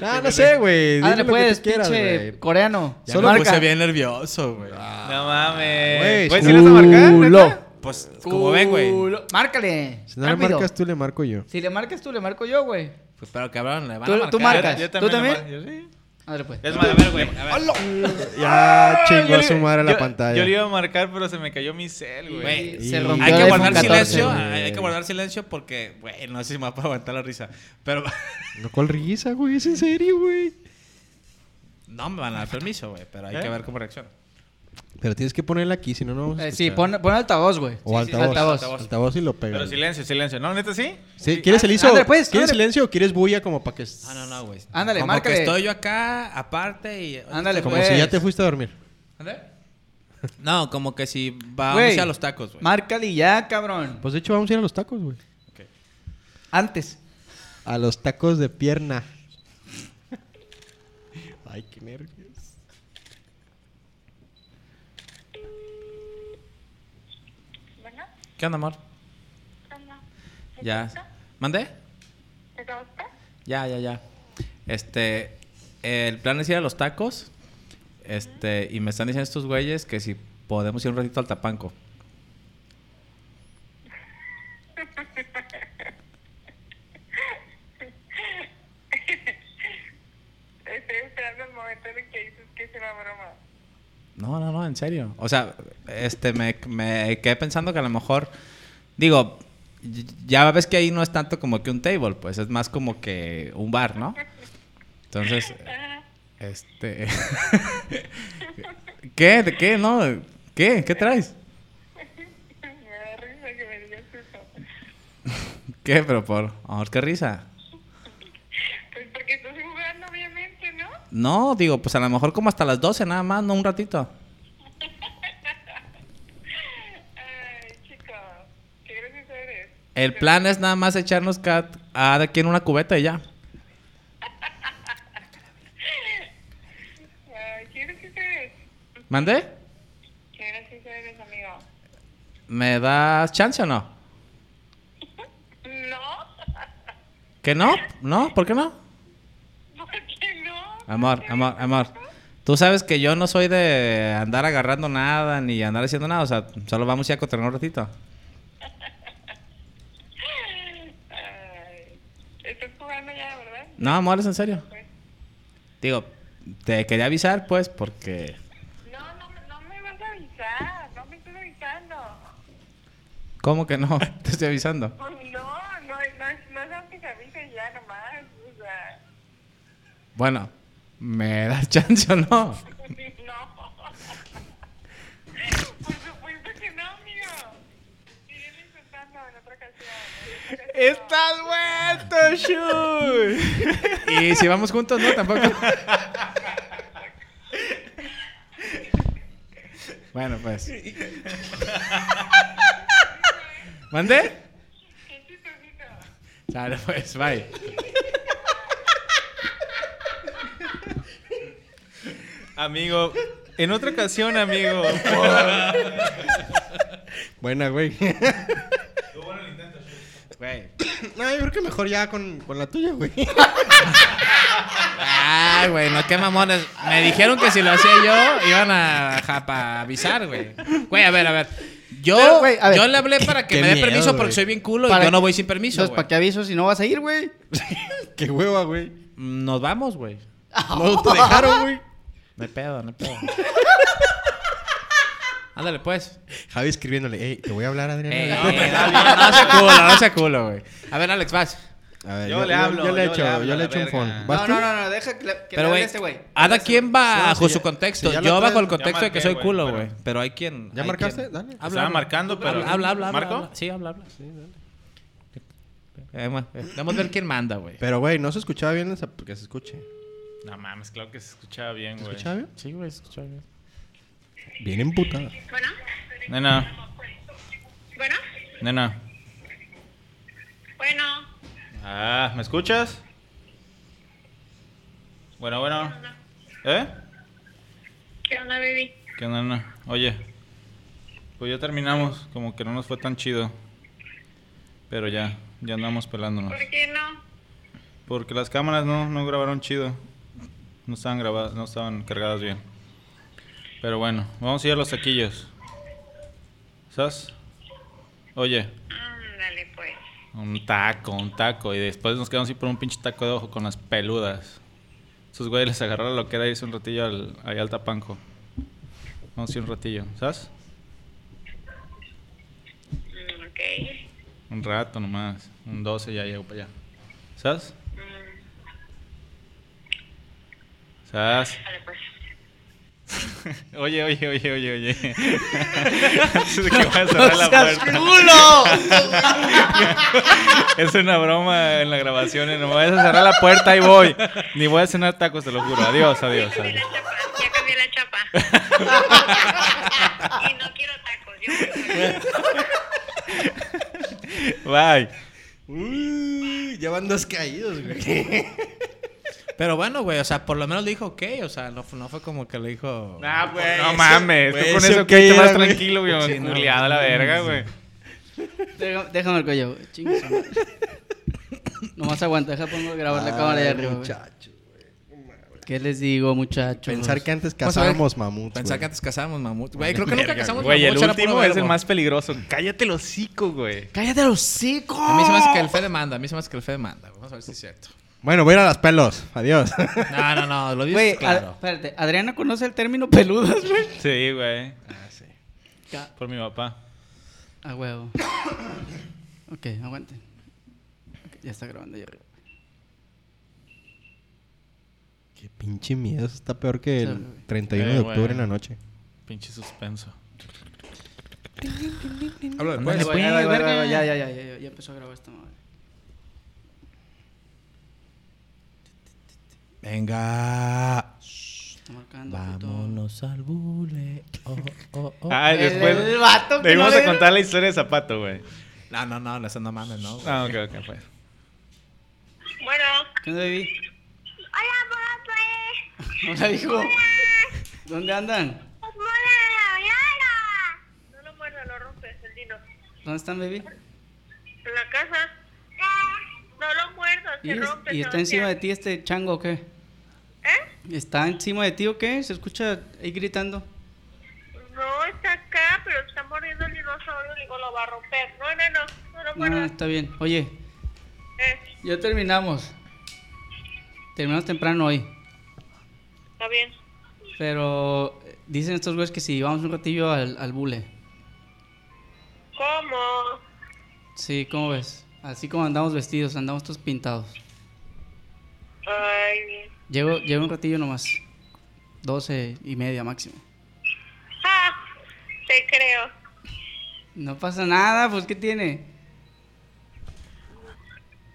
S3: Ah, no sé, güey. Dime
S4: Ándale,
S3: lo que
S4: pues,
S3: tú quieras,
S4: pinche
S3: güey.
S4: coreano.
S5: Ya
S3: Solo
S5: me
S4: marca.
S5: puse bien nervioso, güey.
S4: Ah,
S2: No mames.
S3: Güey,
S2: ¿Puedes ir a marcar?
S3: culo.
S2: neta?
S5: Pues, como ven, güey.
S4: Culo. Márcale.
S3: Si no le
S4: Rápido.
S3: marcas tú, le marco yo.
S4: Si le marcas tú, le marco yo, güey.
S5: Pues, pero cabrón, le van a
S4: Tú-
S5: marcar.
S4: tú marcas.
S2: Yo
S4: ¿Tú
S2: lo
S4: también?
S2: marco, yo sí.
S4: Ándale, pues.
S2: Es más, a ver, güey. a ver.
S3: Ya chingó
S2: Yo
S3: a
S2: le-
S3: su madre la
S2: yo-
S3: pantalla.
S2: Yo le iba a marcar, pero se me cayó mi cel, güey.
S5: Güey,
S4: Se
S3: Y-
S4: rompió
S5: Hay
S4: el
S5: que
S4: iPhone
S5: guardar
S4: 14,
S5: silencio.
S3: Ah,
S5: ah,
S4: güey.
S5: Hay, hay que guardar silencio porque, güey, no sé si me va a aguantar la risa. Pero
S3: No, ¿cuál risa, güey? ¿Es en serio, güey?
S5: no me van a dar permiso, güey. Pero hay
S2: ¿Eh?
S5: que ver cómo reacciona.
S3: Pero tienes que ponerla aquí, si no, no vamos a
S4: Eh, sí,
S3: escuchar.
S4: pon, pon altavoz, güey.
S3: pues, O
S5: Sí, sí, sí,
S3: altavoz, altavoz.
S4: altavoz.
S3: y lo pegas.
S2: Pero silencio, silencio. ¿No, neta, sí?
S3: Sí, ¿Quieres el ISO?
S4: ándale, pues,
S3: ¿Quieres
S4: ándale.
S3: silencio o quieres bulla como para que...
S5: Ah, no, no, güey.
S4: Ándale,
S5: Como
S4: márcale.
S5: que estoy yo acá, aparte y...
S4: Ándale,
S3: Como
S4: pues.
S3: si ya te fuiste a dormir.
S5: ¿Ándale? No, como que si vamos
S4: Güey,
S5: a Ah, los tacos, güey.
S4: Márcale ya, cabrón.
S3: Pues de hecho vamos a ir a los tacos, güey.
S4: Antes.
S3: A los tacos de pierna. Ay, qué nervios.
S6: Bueno,
S5: ¿Qué onda, amor?
S6: ¿cómo?
S5: Ya. ¿Mandé?
S6: ¿Te gusta?
S5: Ya, ya, ya. Este, el plan es ir a los tacos. Este, y me están diciendo estos güeyes que si podemos ir un ratito al Tapanco.
S6: Estoy esperando el momento en el que dices que es una broma.
S5: No, no, no, en serio. O sea, este, me, me quedé pensando que a lo mejor, digo, y- ya ves que ahí no es tanto como que un table, pues es más como que un bar, ¿no? Entonces, este... ¿Qué? ¿De qué? ¿No? ¿Qué? ¿Qué traes?
S6: Me da risa que me digas eso.
S5: ¿Qué? Pero por... Amor, qué risa.
S6: Pues porque estás jugando, obviamente, ¿no?
S5: No, digo, pues a lo mejor como hasta las 12 nada más, no un ratito.
S6: Ay, chico, qué gracioso eres.
S5: El plan es nada más echarnos ah, cada, cada quien una cubeta y ya.
S6: Ay, qué gracioso eres.
S5: ¿Mandé?
S6: Qué gracioso eres, amigo.
S5: ¿Me das chance o no?
S6: ¿No?
S5: ¿Que no? ¿No? ¿Por qué no?
S6: ¿Por qué no?
S5: Amor, amor, amor. Tú sabes que yo no soy de andar agarrando nada ni andar haciendo nada. O sea, solo vamos ya a cotorrear un ratito.
S6: Ay, estás jugando ya, ¿verdad?
S5: No, amor, es en serio. Digo, te quería avisar, pues, porque...
S6: No, no, me- no me vas a avisar, no me estás avisando.
S5: ¿Cómo que no? Te estoy avisando.
S6: Pues no, no, es- no, es- no es aunque se avise ya nomás, o sea,
S5: Bueno, ¿me das chance o no?
S6: no. Por supuesto que no, amigo. Sígueme intentando en otra ocasión. en otra ocasión.
S2: ¡Estás muerto, Shui!
S5: Y si vamos juntos, no, tampoco. bueno, pues. ¿Mandé?
S6: Qué chistosito.
S5: Sale, pues, bye.
S2: Amigo, en otra ocasión, amigo.
S3: Buena, güey.
S5: Güey.
S3: no, yo creo que mejor ya con, con la tuya, güey.
S5: Ay, güey, no, qué mamones. Me dijeron que si lo hacía yo, iban a japa avisar, güey. Güey, a ver, a ver. Yo,
S4: Pero, güey, a ver.
S5: yo le hablé para que
S3: Qué
S5: me dé
S3: miedo,
S5: permiso porque
S3: güey.
S5: soy bien culo
S4: Para
S5: y yo no
S4: que-
S5: voy sin permiso.
S4: Entonces,
S5: güey.
S4: ¿para qué aviso si no vas a ir, güey?
S3: qué hueva, güey.
S5: Mm, Nos vamos, güey.
S3: No te dejaron, güey.
S5: No hay pedo, no hay pedo. Ándale, pues.
S3: Javi escribiéndole, hey, te voy a hablar, Adriana.
S4: Eh,
S5: Ey, no, güey, no, no, no sea culo, no sea culo, güey. A ver, Alex, vas.
S3: A ver,
S2: Yo le hablo,
S3: Yo le
S2: yo
S3: echo,
S2: le hablo,
S3: yo le
S2: la
S3: echo un
S2: verga.
S3: phone. ¿Vas
S4: No,
S3: tú?
S4: no, no, no, deja que le, que le
S5: Pero,
S4: hable
S5: güey, ah.
S4: a este güey.
S5: ¿Ada quién va
S3: Sí,
S5: bajo
S3: sí,
S5: su
S3: ya-
S5: contexto?
S3: sí, ya lo
S5: yo
S3: traes.
S5: bajo el
S3: Ya
S5: contexto de que
S2: marqué,
S5: soy
S2: güey,
S5: culo,
S2: pero-
S5: güey. Pero hay quien.
S3: ¿Ya
S5: hay
S3: marcaste?
S5: quien-
S3: Dale.
S5: Habla,
S2: Estaba
S5: habla.
S2: marcando, pero.
S5: Habla, habla, habla.
S2: ¿Marco?
S5: habla. Sí, habla, habla. Eh, ma- eh, Vamos a ver quién manda, güey.
S3: Pero, güey, no se escuchaba bien esa... Que se escuche.
S2: No mames, claro que se escuchaba bien,
S3: ¿Se
S2: Pues, güey.
S3: escuchaba bien?
S5: Sí, güey, escucha bien.
S3: Bien emputada.
S6: Bueno,
S2: Nena,
S6: bueno,
S2: nena.
S6: bueno.
S2: Ah, ¿me escuchas? Bueno, bueno. ¿Eh?
S6: ¿Qué onda, baby?
S2: ¿Qué onda, nena? Oye, pues ya terminamos. Como que no nos fue tan chido. Pero ya, ya andamos pelándonos.
S6: ¿Por qué no?
S2: Porque las cámaras no, no grabaron chido. No estaban grabadas, no estaban cargadas bien. Pero bueno, vamos a ir a los taquillos. ¿Sabes? Oye,
S6: Ándale, pues.
S2: un taco, un taco. Y después nos quedamos así por un pinche taco de ojo con las peludas. Esos güeyes les agarraron lo que era irse un ratillo al, ahí al tapanco. Vamos a ir un ratillo, ¿sabes?
S6: Mm, ok.
S2: Un rato nomás. Un 12 ya llego para allá. ¿Sabes?
S6: Mm,
S2: ¿Sabes?
S6: Ándale, pues.
S2: Oye, oye, oye, oye, oye. Antes de que vaya a cerrar la puerta. Es una broma en la grabación. y No me vayas a cerrar la puerta, ahí voy. Ni voy a cenar tacos, te lo juro. Adiós, adiós.
S6: Ya cambié
S2: adiós.
S6: la chapa, ya cambié la chapa. y no quiero tacos, yo voy con-
S2: Bye.
S3: Uy, ya van dos caídos, güey.
S5: Pero bueno, güey, o sea, por lo menos le dijo ok. O sea, no, fu- no fue como que le dijo.
S2: Nah,
S3: Ah, güey,
S2: no
S3: eso-
S2: mames.
S3: güey,
S2: Tú con
S3: eso
S2: eso
S3: qué
S2: que
S3: era,
S2: más
S3: güey.
S2: tranquilo, güey. Culeada la verga, güey.
S4: Deja- Déjame el cuello, güey. Chingue su madre. Nomás aguanta, deja pongo a grabar la
S3: Ah,
S4: cámara de arriba. güey.
S3: Muchacho.
S4: ¿Qué les digo, muchachos?
S3: Pensar que antes
S5: Vamos a ver.
S3: cazábamos mamuts.
S5: Pensar
S3: güey.
S5: que antes casábamos mamut. Güey, creo que nunca casamos
S2: Güey, el
S5: mamuts, era puro
S2: último es el
S5: verbo.
S2: más peligroso. Cállate el hocico, güey.
S4: ¡Cállate los hocico!
S5: A mí se me hace que el Fede manda. A mí se me hace que el Fede manda. güey. Vamos a ver si es cierto.
S3: Bueno, voy a ir a las pelos. Adiós.
S5: No, no, no. Lo dices
S4: Güey, a-
S5: claro.
S4: espérate. Adriana conoce el término peludas, güey.
S2: Sí, güey.
S5: Ah, sí.
S4: Ca-
S2: Por mi papá.
S4: A huevo. ok, aguanten. Ok, ya está grabando yo. creo.
S3: Qué pinche miedo. eso Está peor que
S4: Sí, güey.
S3: el 31 de
S2: Eh,
S3: octubre
S2: güey.
S3: en la noche.
S2: Pinche suspenso.
S5: Hablo
S4: Ahí
S5: después.
S4: voy, ahí voy, ahí voy, ahí voy, Ya, ya, ya, ya, ya, ya empezó a grabar esta madre.
S5: Venga.
S4: Está marcando. puto.
S5: Vámonos al bule. Oh, oh, oh.
S2: Ay,
S4: El-
S2: Ah, después.
S4: el vato que
S2: Te íbamos
S4: no
S2: a
S4: le-
S2: contar la historia de Zapato, güey.
S5: No, no, no. Eso no mames, no. güey.
S2: Ah, ok, ok, pues.
S6: Bueno.
S4: ¿Qué onda, baby?
S6: Hola, pues. papá.
S4: Hola, hijo. ¿Dónde andan?
S6: No lo muerdas, lo rompes, el dino.
S4: ¿Dónde están, baby?
S6: En la casa. No lo muerdas,
S4: ¿Y,
S6: se
S4: es-
S6: rompe.
S4: y está encima de ti este chango o qué?
S6: ¿Eh?
S4: ¿Está encima de ti o qué? ¿Se escucha ahí gritando?
S6: No, está acá, pero está muriendo el dinosaurio. Le digo, lo va a romper. No, no, no. No lo
S4: No,
S6: muerdas.
S4: Ah, está bien. Oye,
S6: Eh,
S4: ya terminamos. Terminamos temprano hoy.
S6: está bien.
S4: Pero eh, dicen estos güeyes que si vamos un ratillo al, al bule.
S6: ¿Cómo?
S4: Sí, ¿cómo ves? Así como andamos vestidos, andamos todos pintados.
S6: Ay.
S4: Llego, llego un ratillo nomás. 12 y media máximo.
S6: Ah, te creo.
S4: No pasa nada, pues ¿qué tiene?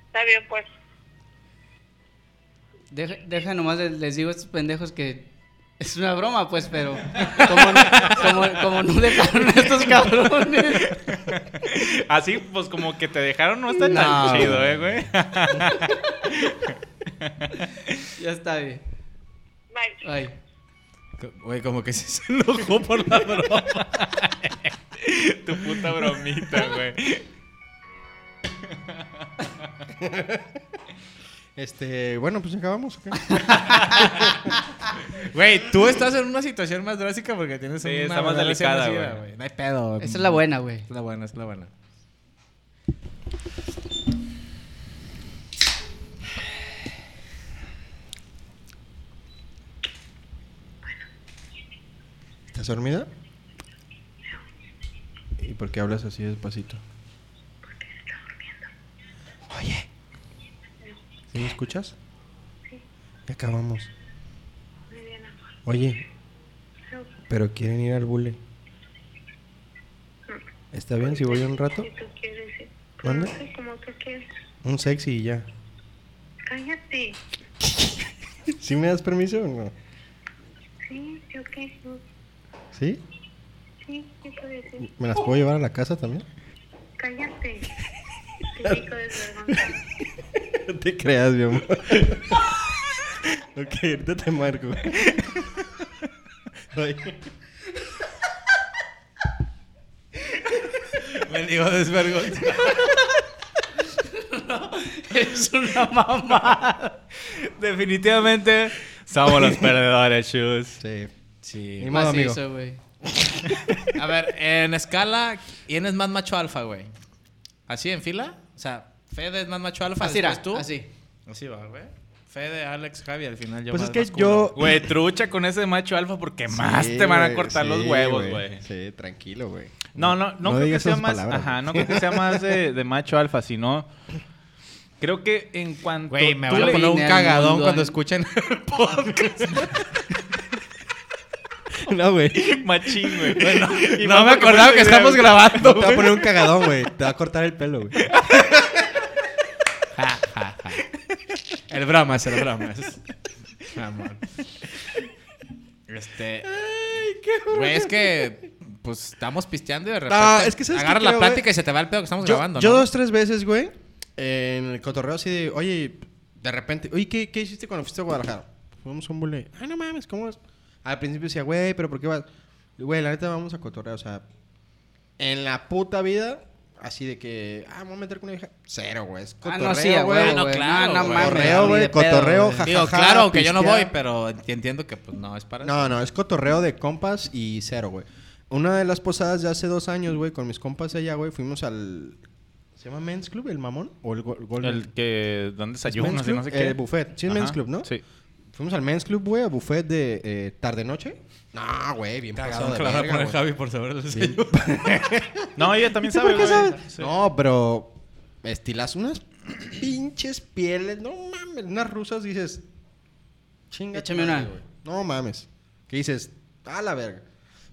S6: Está bien, pues.
S4: Deja, deja nomás, les, les digo a estos pendejos que es una broma, pues, pero como no, como, como no dejaron a estos cabrones.
S2: Así, pues como que te dejaron, no está
S5: No.
S2: tan chido, eh, güey.
S4: Ya está bien.
S6: Bye.
S4: Ay.
S5: Co- Güey, como que sí se enojó por la broma.
S2: tu puta bromita, güey.
S3: Este, bueno, pues ya acabamos. ¿o qué?
S5: Güey, tú estás en una situación más drástica porque tienes
S2: Sí,
S5: una
S2: está más
S5: relación
S2: delicada,
S5: masiva,
S2: güey.
S5: No hay pedo. güey.
S4: Esa es la buena, güey.
S5: Esa es la buena, esa es la buena.
S3: ¿Estás dormida? ¿Y por qué hablas así despacito? Oye. ¿Sí me escuchas? Ya acabamos. Oye. Pero quieren ir al bule. ¿Está bien si voy un rato?
S6: Si tú quieres. sí.
S3: ¿Mande?
S6: Sí, Como tú quieres.
S3: Un sexy y ya.
S6: Cállate.
S3: ¿Sí me das permiso o no?
S6: Sí, yo qué.
S3: ¿Sí?
S6: Sí, sí, puede ser.
S3: ¿Me las puedo llevar a la casa también?
S6: Cállate. Típico desvergonzado.
S3: No te creas, mi amor. ok, ahorita te marco. Oye.
S5: Me digo desvergonzado.
S4: Es una mamá.
S2: Definitivamente somos los perdedores, chus.
S3: Sí.
S5: Sí.
S3: Ni modo, amigo.
S4: Macizo, güey.
S5: A ver, en escala, ¿quién es más macho alfa, güey? ¿Así en fila? O sea, Fede es más macho alfa,
S4: Así
S5: después
S4: era,
S5: tú.
S4: así.
S5: Así va, güey. Fede, Alex, Javi, al final yo
S3: Pues
S5: más
S3: es que
S5: más culo.
S3: yo-
S2: Güey, trucha con ese macho alfa porque más
S3: Sí,
S2: te van a
S3: güey,
S2: cortar los
S3: sí,
S2: huevos, güey.
S3: Sí, tranquilo, güey.
S2: No, no, no, creo que
S3: digas
S2: sea
S3: esas
S2: más.
S3: palabras,
S2: ajá,
S3: güey.
S2: no creo que sea más de, de macho alfa, sino. Creo que en cuanto.
S5: Güey, me
S2: tú
S5: van a
S2: le-
S5: poner un
S4: vine al
S5: cagadón
S4: mundo
S5: cuando
S4: en-
S5: escuchen el podcast.
S3: No, güey.
S2: Machín, güey. Y más
S5: no me
S2: porque
S5: acordaba
S2: fue
S5: que
S2: este
S5: estamos
S2: video.
S5: grabando.
S3: Te va a poner un cagadón, güey. Te va a cortar el pelo, güey.
S5: Ja, ja, ja. El bromas, el bromas. Mamón. Este. Güey, es que. Pues estamos pisteando y de repente.
S3: es que ¿sabes qué
S5: agarra la
S3: creo,
S5: plática
S3: güey?
S5: y se te va el pedo que estamos
S3: Yo,
S5: grabando,
S3: yo
S5: ¿no?
S3: dos, tres veces, güey, en el cotorreo así de, oye, de repente, oye, ¿qué, qué hiciste cuando fuiste a Guadalajara? Fuimos a un bule. Ah, no mames, ¿cómo es? Al principio decía, güey, pero ¿por qué vas? Güey, la neta vamos a cotorrear, o sea, en la puta vida, así de que, ah, me voy a meter con una vieja. Cero, güey, es
S4: Ah,
S3: cotorreo,
S4: no, sí, a
S3: güey.
S4: huevo,
S5: no,
S4: güey.
S5: claro,
S4: No, no
S5: güey.
S4: mames,
S3: Cotorreo,
S4: ni
S3: güey,
S4: de pedo,
S3: cotorreo,
S4: güey.
S3: jajaja.
S5: Digo, claro, que yo no
S3: pistear.
S5: voy, pero enti- entiendo que pues no es para
S3: No, no, es cotorreo de compas y cero, güey. Una de las posadas de hace dos años, güey, con mis compas de allá, güey, fuimos al... ¿Se llama Men's Club, el mamón? ¿O el, go- Golden?
S2: El que dan
S3: ¿Es
S2: desayunos
S3: Men's
S2: y no
S3: Club?
S2: sé qué.
S3: Eh, buffet. Sí, es
S2: Ajá,
S3: Men's Club, ¿no?
S2: Sí.
S3: Fuimos al Men's Club, güey, a buffet de eh, tarde-noche. No, güey, bien pasado de
S5: Claro,
S3: verga,
S5: poner
S3: güey.
S5: Javi por saber del señor.
S2: No, ella también sabe, güey. Sí.
S3: No, pero estilas unas pinches pieles. No mames, unas rusas dices... Chinga.
S4: Échame
S3: tu madre,
S4: una.
S3: güey. No mames. Que dices, a la verga.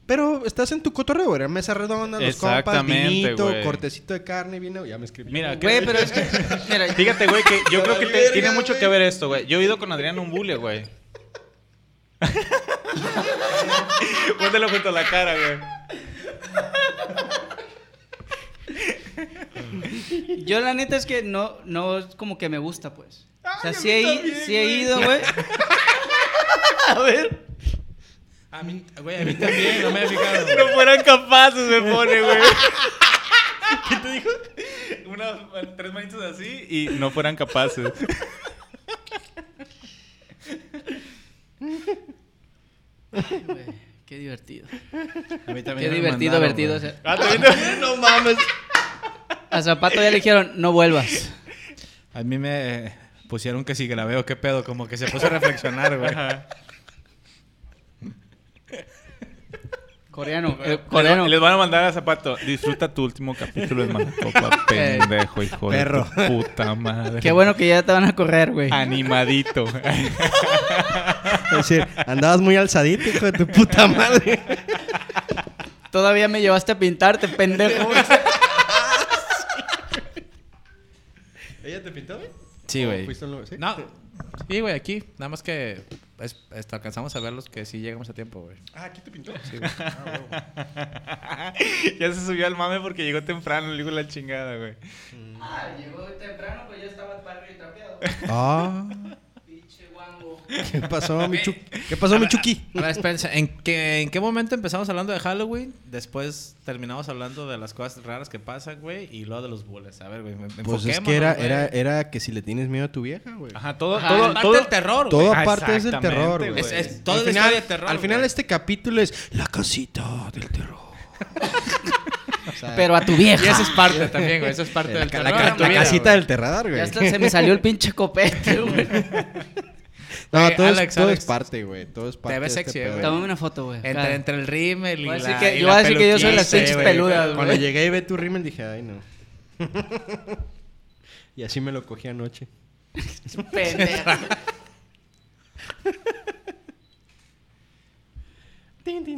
S3: Pero estás en tu cotorreo, güey. Mesa redonda, los compas,
S2: Exactamente,
S3: vinito,
S2: güey.
S3: cortecito de carne, vino. Ya me escribí.
S2: Mira,
S4: Güey, pero es que. Mira,
S2: Fíjate, güey, que yo creo que te-
S3: verga,
S2: tiene mucho
S3: güey.
S2: que ver esto, güey. Yo he ido con Adrián a un bule, güey. Póntelo junto a la cara, güey.
S4: Yo la neta es que no, no es como que me gusta, pues. O sea, sí he, sí he ido, güey. A ver.
S5: A mí, güey, a mí también, no me he fijado.
S2: Si no fueran capaces, me pone, güey. ¿Qué te dijo? Unas tres manitos así y no fueran capaces.
S4: Güey, Qué divertido.
S5: A mí
S4: Qué
S5: también me
S4: divertido,
S5: mandaron,
S4: divertido.
S5: güey.
S4: o sea,
S2: Ah, también te-
S3: No mames.
S4: a Zapato ya le dijeron, no vuelvas.
S5: A mí me eh, pusieron que si grabé o qué pedo, como que se puso a reflexionar, güey.
S4: Coreano, eh, coreano.
S2: Les van a mandar a Zapato. Disfruta tu último capítulo de Malacopa, pendejo, hijo
S3: Perro.
S2: de tu puta madre.
S4: Qué bueno que ya te van a correr, güey.
S5: Ah.
S2: Animadito.
S3: Es decir, andabas muy alzadito, hijo de tu puta madre.
S4: Todavía me llevaste a pintarte, pendejo.
S3: ¿Ella te pintó, güey?
S5: Sí, güey.
S3: ¿Fuiste al lugar? ¿Sí?
S5: No. Sí, güey, aquí. Nada más que es- este, alcanzamos a ver los que sí llegamos a tiempo, güey.
S3: Ah, aquí te pintó. Ah,
S2: ya se subió al mame porque llegó temprano, le digo la chingada, güey.
S4: Ah, llegó temprano, pues ya estaba padre y trapeado.
S3: Ah,
S4: Pinche guango.
S3: ¿qué pasó, Michu? ¿Qué pasó, Michuki?
S5: A ver, espérense, ¿en qué, ¿en qué momento empezamos hablando de Halloween? Después terminamos hablando de las cosas raras que pasan, güey, y luego de los bullets. A ver, güey, me-
S3: Pues es
S5: enfoquémonos,
S3: que era,
S5: güey.
S3: era, era que si le tienes miedo a tu vieja, güey.
S2: Ajá, todo,
S4: Ajá,
S2: todo,
S5: Parte
S2: todo.
S5: del terror, güey.
S3: Todo
S2: Ah,
S3: aparte es el
S2: exactamente,
S3: terror,
S2: güey.
S3: güey.
S5: Es- es toda
S3: Al
S5: la
S3: final,
S5: historia de terror,
S3: Al final
S5: güey.
S3: este capítulo es la casita del terror. O sea,
S4: Pero a tu vieja.
S5: Y eso es parte también, güey. Eso es parte
S3: la,
S5: del
S3: ca-
S5: terror.
S3: la ca-
S5: en tu
S3: la
S5: vida,
S3: casita
S5: güey.
S3: del terradar,
S4: Ya
S3: güey.
S4: hasta se me salió el pinche copete, güey.
S3: No,
S5: Oye,
S3: todo, es,
S5: Alex,
S3: todo
S5: Alex.
S3: es parte, güey. Todo es parte.
S5: ves
S3: de este
S5: sexy,
S3: pedo.
S5: güey.
S4: Tómame una foto, güey.
S5: Entre,
S4: Acá.
S5: entre el rímel y
S4: Voy a decir
S5: la
S4: que-
S5: y
S4: yo
S5: la
S4: voy a decir que yo soy
S5: peluquita,
S4: las pinches
S5: güey.
S4: peludas,
S3: Cuando
S4: güey.
S3: llegué y ve tu rímel dije, ay, no. y así me lo cogí anoche.
S4: Pendejo.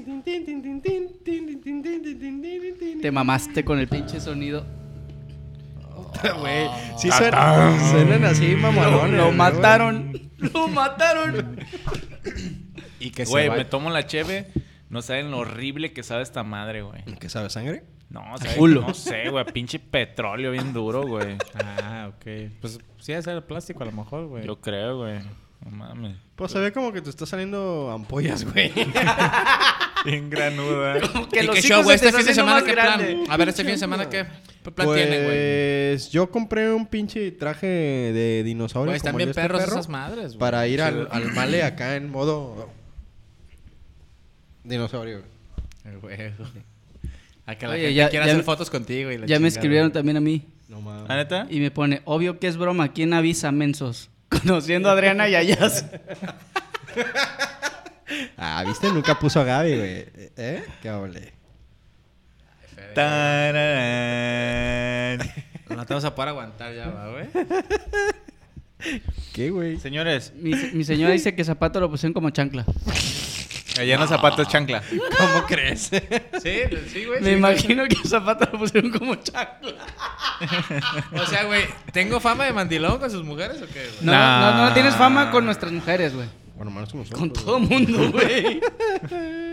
S4: Te mamaste con el pinche sonido.
S3: Güey, sí suenan, suenan así, eh,
S4: Lo,
S3: mamalones.
S4: lo
S3: güey.
S4: mataron. Lo mataron.
S5: Y que se
S2: Güey,
S5: va-
S2: me tomo la cheve. No saben lo horrible que sabe esta madre, güey.
S3: ¿Qué sabe, sangre?
S2: No, sabe-
S3: Culo.
S2: no sé, güey. Pinche petróleo bien duro, güey.
S5: Ah, ok. Pues sí, debe ser el plástico a lo mejor, güey.
S2: Yo creo, güey. No mames.
S3: Pues se ve como que te está saliendo ampollas, güey.
S2: Bien granuda.
S4: Como
S5: ¿Y
S4: los
S5: qué
S4: hijos
S5: show, güey?
S4: se te
S5: Este fin de
S4: están
S5: semana, ¿qué
S4: haciendo más grande.
S5: plan? A ver, este fin de semana, ¿qué p- plan tienen, güey?
S3: Pues yo compré un pinche traje de dinosaurio.
S5: Güey,
S3: como
S5: están
S3: el
S5: bien
S3: de este
S5: perros
S3: perro,
S5: esas madres, güey.
S3: Para ir al, al male acá en modo. Dinosaurio, güey.
S5: Eh, güey. A que la
S4: Oye,
S5: gente
S4: ya-
S5: quiera
S4: ya
S5: hacer
S4: me-
S5: fotos contigo y la
S4: Ya me
S5: chingada,
S4: escribieron
S5: güey.
S4: también a mí.
S3: No
S2: ¿La
S3: mames.
S2: neta?
S4: Y me pone, obvio que es broma. ¿Quién avisa, mensos? Conociendo a Adriana y a Yas.
S3: Ah, viste, nunca puso a Gaby, güey. ¿Eh? Qué ole.
S2: Tararán.
S5: No te vas a poder aguantar ya, va, güey.
S3: ¿Qué, güey?
S2: Señores,
S4: Mi, mi señora dice que zapato lo pusieron como chancla.
S2: Allá en zapatos chancla.
S5: ¿Cómo crees? sí, sí, güey.
S4: Me
S5: sí.
S4: imagino que Zapata lo pusieron como chancla.
S5: O sea, güey, ¿tengo fama de mandilón con sus mujeres o qué, güey?
S4: No,
S2: Nah.
S4: no, no, tienes fama con nuestras mujeres, güey.
S3: Bueno, más como
S4: Con todo mundo, güey.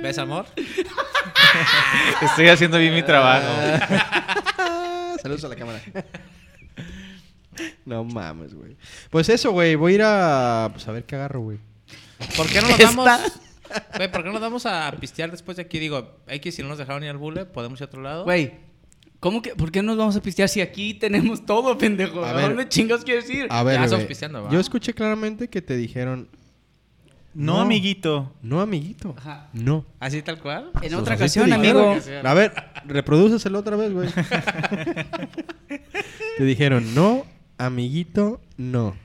S5: ¿Ves, amor?
S2: Estoy haciendo bien mi trabajo.
S3: Saludos a la cámara. No mames, güey. Pues eso, güey. Voy a ir a. Pues a ver qué agarro, güey.
S5: ¿Por qué no nos
S4: Está-
S5: vamos? Güey, ¿por qué no nos vamos a pistear después de aquí? Digo, X, si no nos dejaron ir al bule, podemos ir a otro lado.
S4: Güey, ¿cómo que? ¿Por qué nos vamos a pistear si aquí tenemos todo, pendejo?
S3: A
S4: ¿A,
S3: ver.
S4: dónde chingas quieres ir?
S3: A ver,
S5: Ya estamos
S3: güey.
S5: pisteando, ¿va?
S3: Yo escuché claramente que te dijeron.
S2: No,
S3: No.
S2: amiguito.
S3: No, amiguito.
S4: Ajá.
S3: No.
S5: ¿Así tal cual?
S4: En
S3: Pues
S4: otra
S3: así te
S4: ocasión,
S3: dijeron.
S4: amigo.
S3: A ver, reprodúceselo otra vez, güey. te dijeron, no, amiguito, no.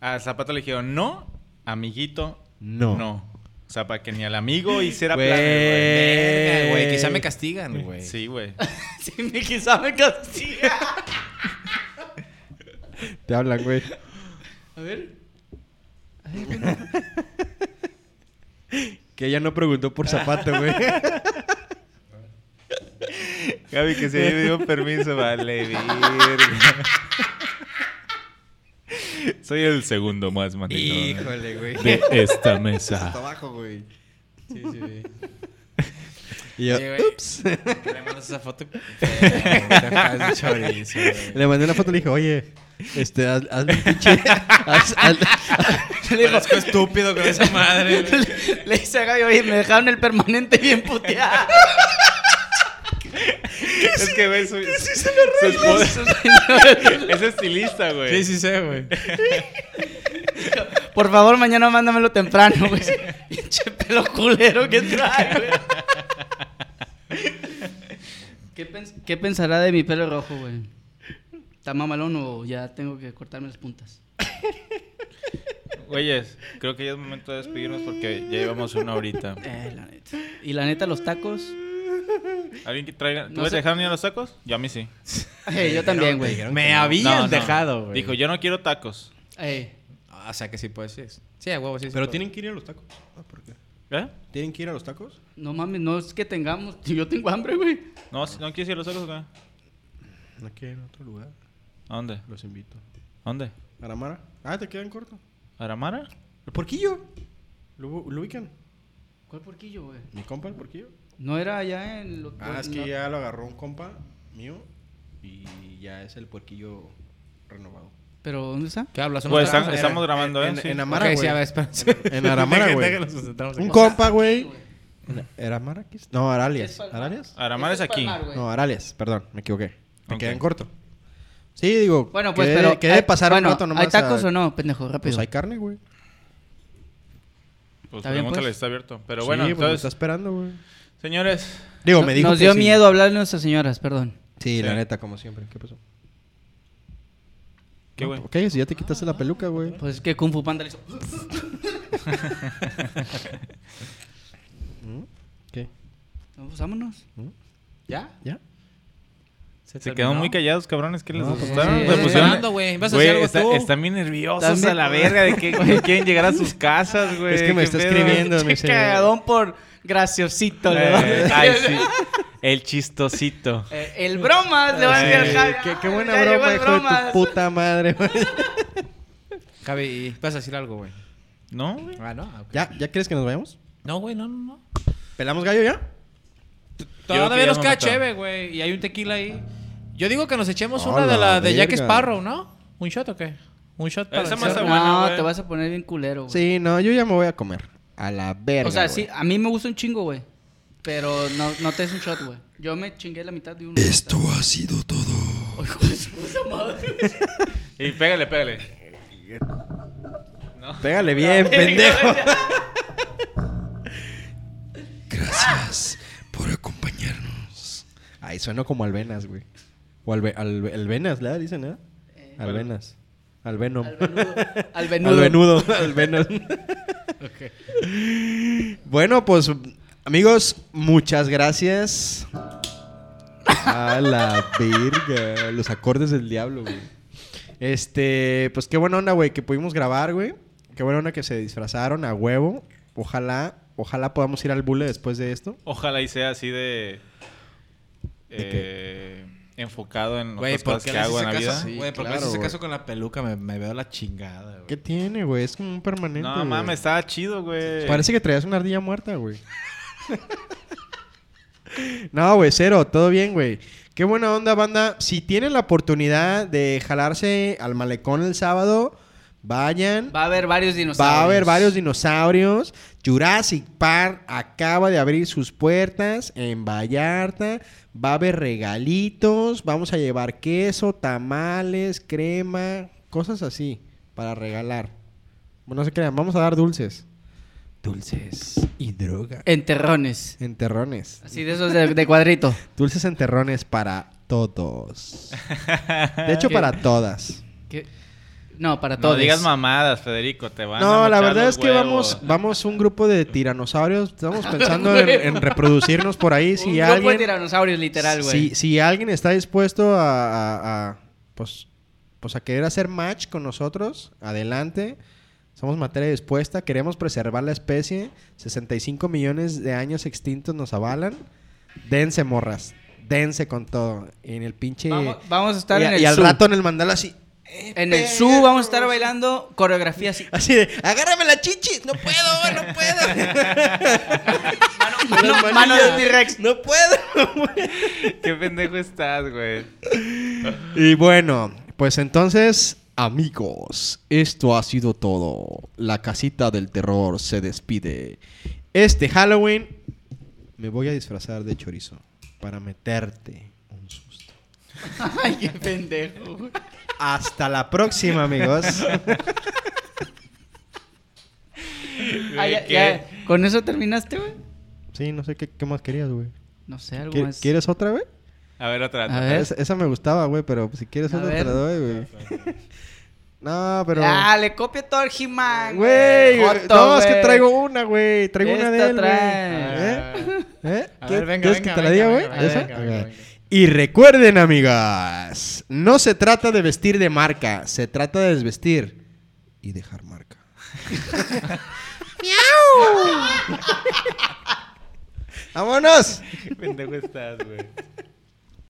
S2: A Zapata le dijeron, no, amiguito,
S3: No.
S2: no. O sea, para que ni al amigo hiciera
S3: Güey.
S2: planes,
S5: Verga, güey. Quizá me
S3: Eh.
S5: castigan, güey.
S2: güey. Sí, güey.
S4: Sí, me quizá me castiga.
S3: Te hablan, güey.
S4: A ver.
S3: Que ella no preguntó por zapato, güey.
S2: Gaby, que si me dio permiso, vale, Soy el segundo más mandilón
S5: Híjole, güey.
S2: de esta mesa.
S3: abajo, güey.
S5: Sí, sí, sí.
S3: Y yo,
S5: Oye, güey,
S3: ups.
S5: Le mandas esa foto. fea, güey, te pasas de chorizo, güey.
S3: Le mandé una foto y le dije, oye, este, haz, hazme un pinche. haz- haz-
S5: Le digo, estúpido con esa madre. güey.
S4: Le, le hice a Gaby, oye, me dejaron el permanente bien puteado.
S2: Es que, güey, su, su esposa- es estilista, güey.
S5: Sí, sí sé, güey.
S4: Por favor, mañana mándamelo temprano, güey. Pinche pelo culero que trae, güey. ¿Qué, pens- qué pensará de mi pelo rojo, güey? ¿Está mamalón o ya tengo que cortarme las puntas?
S2: Güeyes, creo que ya es momento de despedirnos porque ya llevamos una horita.
S4: Eh, la neta. Y la neta, los tacos. Eh,
S2: ¿Alguien que traiga? ¿Tú
S4: No
S2: me
S4: sé.
S2: dejaron ir a los tacos? Yo a mí sí.
S4: Eh, yo también, güey.
S5: Me habían dejado, güey. Ah,
S2: Dijo, yo no quiero tacos.
S4: Eh,
S5: O sea que sí puedes ir. Sí, a huevo, sí. sí
S3: Pero
S5: puedes.
S3: tienen que ir a los tacos. Ah, ¿Por qué?
S2: ¿Eh?
S3: ¿Tienen que ir a los tacos?
S4: no mames, no es que tengamos. Yo tengo hambre, güey.
S2: ¿No, si- ¿No quieres ir a los tacos acá?
S3: No quieren a otro lugar.
S2: ¿A dónde?
S3: Los invito.
S2: ¿A dónde?
S3: ¿Aramara? Ah, te quedan corto.
S2: ¿A Aramara?
S3: ¿El porquillo? ¿Lo, lo ubican?
S4: ¿Cuál porquillo, güey?
S3: ¿Mi compa el porquillo?
S4: No era allá en. Lo,
S3: Ah, es que
S4: no-
S3: ya lo agarró un compa mío y ya es el puerquillo renovado.
S4: ¿Pero dónde está?
S5: ¿Qué hablas?
S2: Pues
S5: Una-
S2: están- estamos grabando, ¿eh?
S3: en,
S2: Sí.
S3: en Amara,
S5: Ok,
S3: güey.
S5: sí, a ver, espera.
S3: En Aramara, güey.
S5: Déjenos nos sentamos aquí.
S3: Un compa, güey. ¿Era Amara? ¿Qué es? No, Aralias.
S4: Es Palmar.
S3: ¿Aralias?
S2: Aramar es aquí.
S3: No, Aralias, perdón, me equivoqué. Me
S2: Ok.
S3: quedé en corto. Sí, digo,
S4: Bueno, pues,
S3: quedé-
S4: pero.
S3: quedé de
S4: hay-
S3: pasar
S4: bueno,
S3: un rato nomás.
S4: ¿Hay tacos
S3: a-
S4: o no, pendejo? Rápido.
S3: Pues hay carne, güey.
S2: Pues
S4: Está bien,
S2: pregúntale,
S4: pues.
S2: está abierto. Pero
S3: Sí,
S2: bueno,
S3: pues,
S2: entonces,
S3: está esperando, güey.
S2: señores,
S3: Digo,
S4: No-
S3: me dijo
S4: Nos
S3: que
S4: dio
S3: sí.
S4: miedo hablarle a nuestras señoras, perdón.
S3: Sí, la
S2: Sí.
S3: neta, como siempre. ¿Qué pasó?
S2: qué
S3: No,
S2: bueno.
S3: Ok, si ya te quitaste la peluca, güey.
S4: Pues es que Kung Fu Panda le hizo.
S3: ¿Qué?
S4: No, pues vámonos.
S5: ¿Ya?
S3: ¿Ya?
S2: Se quedaron muy callados, cabrones. ¿Qué les
S3: No, pues,
S2: asustaron?
S4: sí,
S2: Se
S4: sí,
S2: pusieron...
S5: hablando, güey. ¿Vas a
S2: Güey,
S5: hacer algo
S2: está-
S5: tú?
S2: están bien nerviosos
S4: También-
S2: a la verga de que güey, quieren llegar a sus casas, güey.
S3: Es que me
S2: ¿Qué
S3: está
S2: pedo?
S3: escribiendo.
S4: Che,
S3: me dice- "Eh,
S4: cagadón por graciosito, le va a
S2: Eh,
S4: decir.
S2: ay, sí. El chistosito.
S4: Eh, El bromas le va a decir
S3: Eh,
S4: al Javi.
S3: qué, qué
S4: Ay,
S3: buena
S4: ya llegó
S3: broma,
S4: el
S3: hijo de tu
S4: bromas.
S3: puta madre, güey.
S5: Javi, vas a decir algo, güey.
S2: ¿No, güey?
S5: Ah, no. Ah, ok.
S3: ¿Ya? ¿Ya quieres que nos vayamos?
S5: No, güey, no, no, no.
S3: ¿Pelamos gallo ya?
S2: creo que
S5: Todavía
S2: ya
S5: nos
S2: me
S5: queda
S2: mataron.
S5: chévere, güey. Y hay un tequila ahí. Yo digo que nos echemos
S3: A
S5: una de
S3: la
S5: la de Jack
S3: verga.
S5: Sparrow, ¿no? ¿Un shot o qué? ¿Un shot para
S2: Esa
S5: el
S2: más
S5: cerro.
S2: agua- buena,
S4: no,
S2: güey.
S4: te vas a poner bien culero, güey.
S3: Sí, no, yo ya me voy a comer. A la verga.
S4: O sea,
S3: güey.
S4: sí, a mí me gusta un chingo, güey. Pero no, no te des un shot, güey. Yo me chingué la mitad de uno.
S1: Esto ha sido todo.
S2: Y pégale, pégale.
S3: Pégale bien, pendejo.
S1: Gracias por acompañarnos.
S3: Ay, sueno como alvenas, güey. O alve- alve- alvenas, ¿la dicen, eh? Alvenas. Alvenom.
S4: Al venudo. Al venudo.
S3: Alvenudo. Alvenom. Bueno, pues, amigos, muchas gracias. A la verga. Los acordes del diablo, güey. Este, pues qué buena onda, güey, que pudimos grabar, güey. Qué buena onda que se disfrazaron a huevo. Ojalá Ojalá podamos ir al bule después de esto.
S2: Ojalá y sea así de.
S3: ¿De
S2: eh, enfocado en
S5: Güey,
S2: otras
S5: ¿por
S2: cosas
S5: qué
S2: que
S5: le
S2: Pues, hago en la
S5: hice
S2: vida.
S5: caso?
S3: Sí,
S5: Güey, ¿por qué le
S3: claro,
S5: hice
S3: güey.
S5: caso con la peluca? Me, me veo la chingada,
S3: ¿Qué
S5: güey.
S3: tiene, güey? Es como un permanente.
S2: No
S3: güey.
S2: mames, estaba chido, güey.
S3: Parece que traías una ardilla muerta, güey. no, güey, cero, todo bien, güey. Qué buena onda, banda. Si tienen la oportunidad de jalarse al malecón el sábado, vayan.
S4: Va a haber varios dinosaurios.
S3: Va a haber varios dinosaurios. Jurassic Park acaba de abrir sus puertas en Vallarta. Va a haber regalitos. Vamos a llevar queso, tamales, crema, cosas así para regalar. Bueno, no se crean, vamos a dar dulces. Dulces y droga.
S4: Enterrones.
S3: Enterrones.
S4: Así de esos de, de cuadrito.
S3: Dulces enterrones para todos. De hecho, para todas.
S4: ¿Qué? No, para
S2: No
S4: todos.
S2: digas mamadas, Federico, te van a
S3: No, la
S2: mochar
S3: verdad
S2: los
S3: es que
S2: huevos.
S3: vamos, vamos un grupo de tiranosaurios. Estamos pensando en, en reproducirnos por ahí. Si
S4: Un grupo de
S3: alguien,
S4: tiranosaurios, literal, güey.
S3: si, si alguien está dispuesto a, a- a, pues, pues a querer hacer match con nosotros, adelante. Somos materia dispuesta. Queremos preservar la especie. 65 millones de años extintos nos avalan. Dense morras. Dense con todo. En el pinche.
S4: Vamos, vamos a estar
S3: y,
S4: en
S3: a-
S4: el
S3: y al
S4: zoo.
S3: rato en el mandala así. "Eh,
S4: En el zoo vamos a estar bailando coreografía así.
S3: Así de, agárrame la chichi. No puedo, güey, no puedo. mano,
S4: mano de T-Rex.
S3: No puedo.
S2: Qué pendejo estás, güey.
S3: Y bueno, pues entonces, amigos, esto ha sido todo. La casita del terror se despide. Este Halloween me voy a disfrazar de chorizo para meterte un susto.
S4: Ay, qué pendejo. güey.
S3: Hasta la próxima, amigos.
S4: Ah, ya-
S2: ¿Qué?
S4: ya. ¿Con eso terminaste, güey?
S3: Sí, no sé qué, qué más querías, güey.
S4: No sé, algo
S3: ¿Qui-
S4: más.
S3: ¿Quieres otra, güey?
S2: A ver, otra.
S4: A ver.
S3: Esa, esa me gustaba, güey, pero si quieres
S4: A
S3: otra te
S4: ver.
S3: la doy, güey. No, pero...
S4: Ah, le copia todo el He-Man.
S3: Güey,
S4: Joto,
S3: no, es que
S4: güey.
S3: traigo una, güey. Traigo una de
S4: Esta
S3: él, güey.
S4: trae.
S3: ¿Eh? ¿Eh?
S5: A
S3: ¿Qué-
S5: ver, venga,
S3: ¿Quieres que
S5: venga,
S3: te la
S5: venga,
S3: diga, güey?
S5: venga,
S3: ¿Esa?
S5: venga, venga,
S3: Ok.
S5: venga.
S3: Y recuerden, amigas, no se trata de vestir de marca, se trata de desvestir y dejar marca. ¡Miau! ¡Vámonos!
S2: Qué pendejo estás, güey.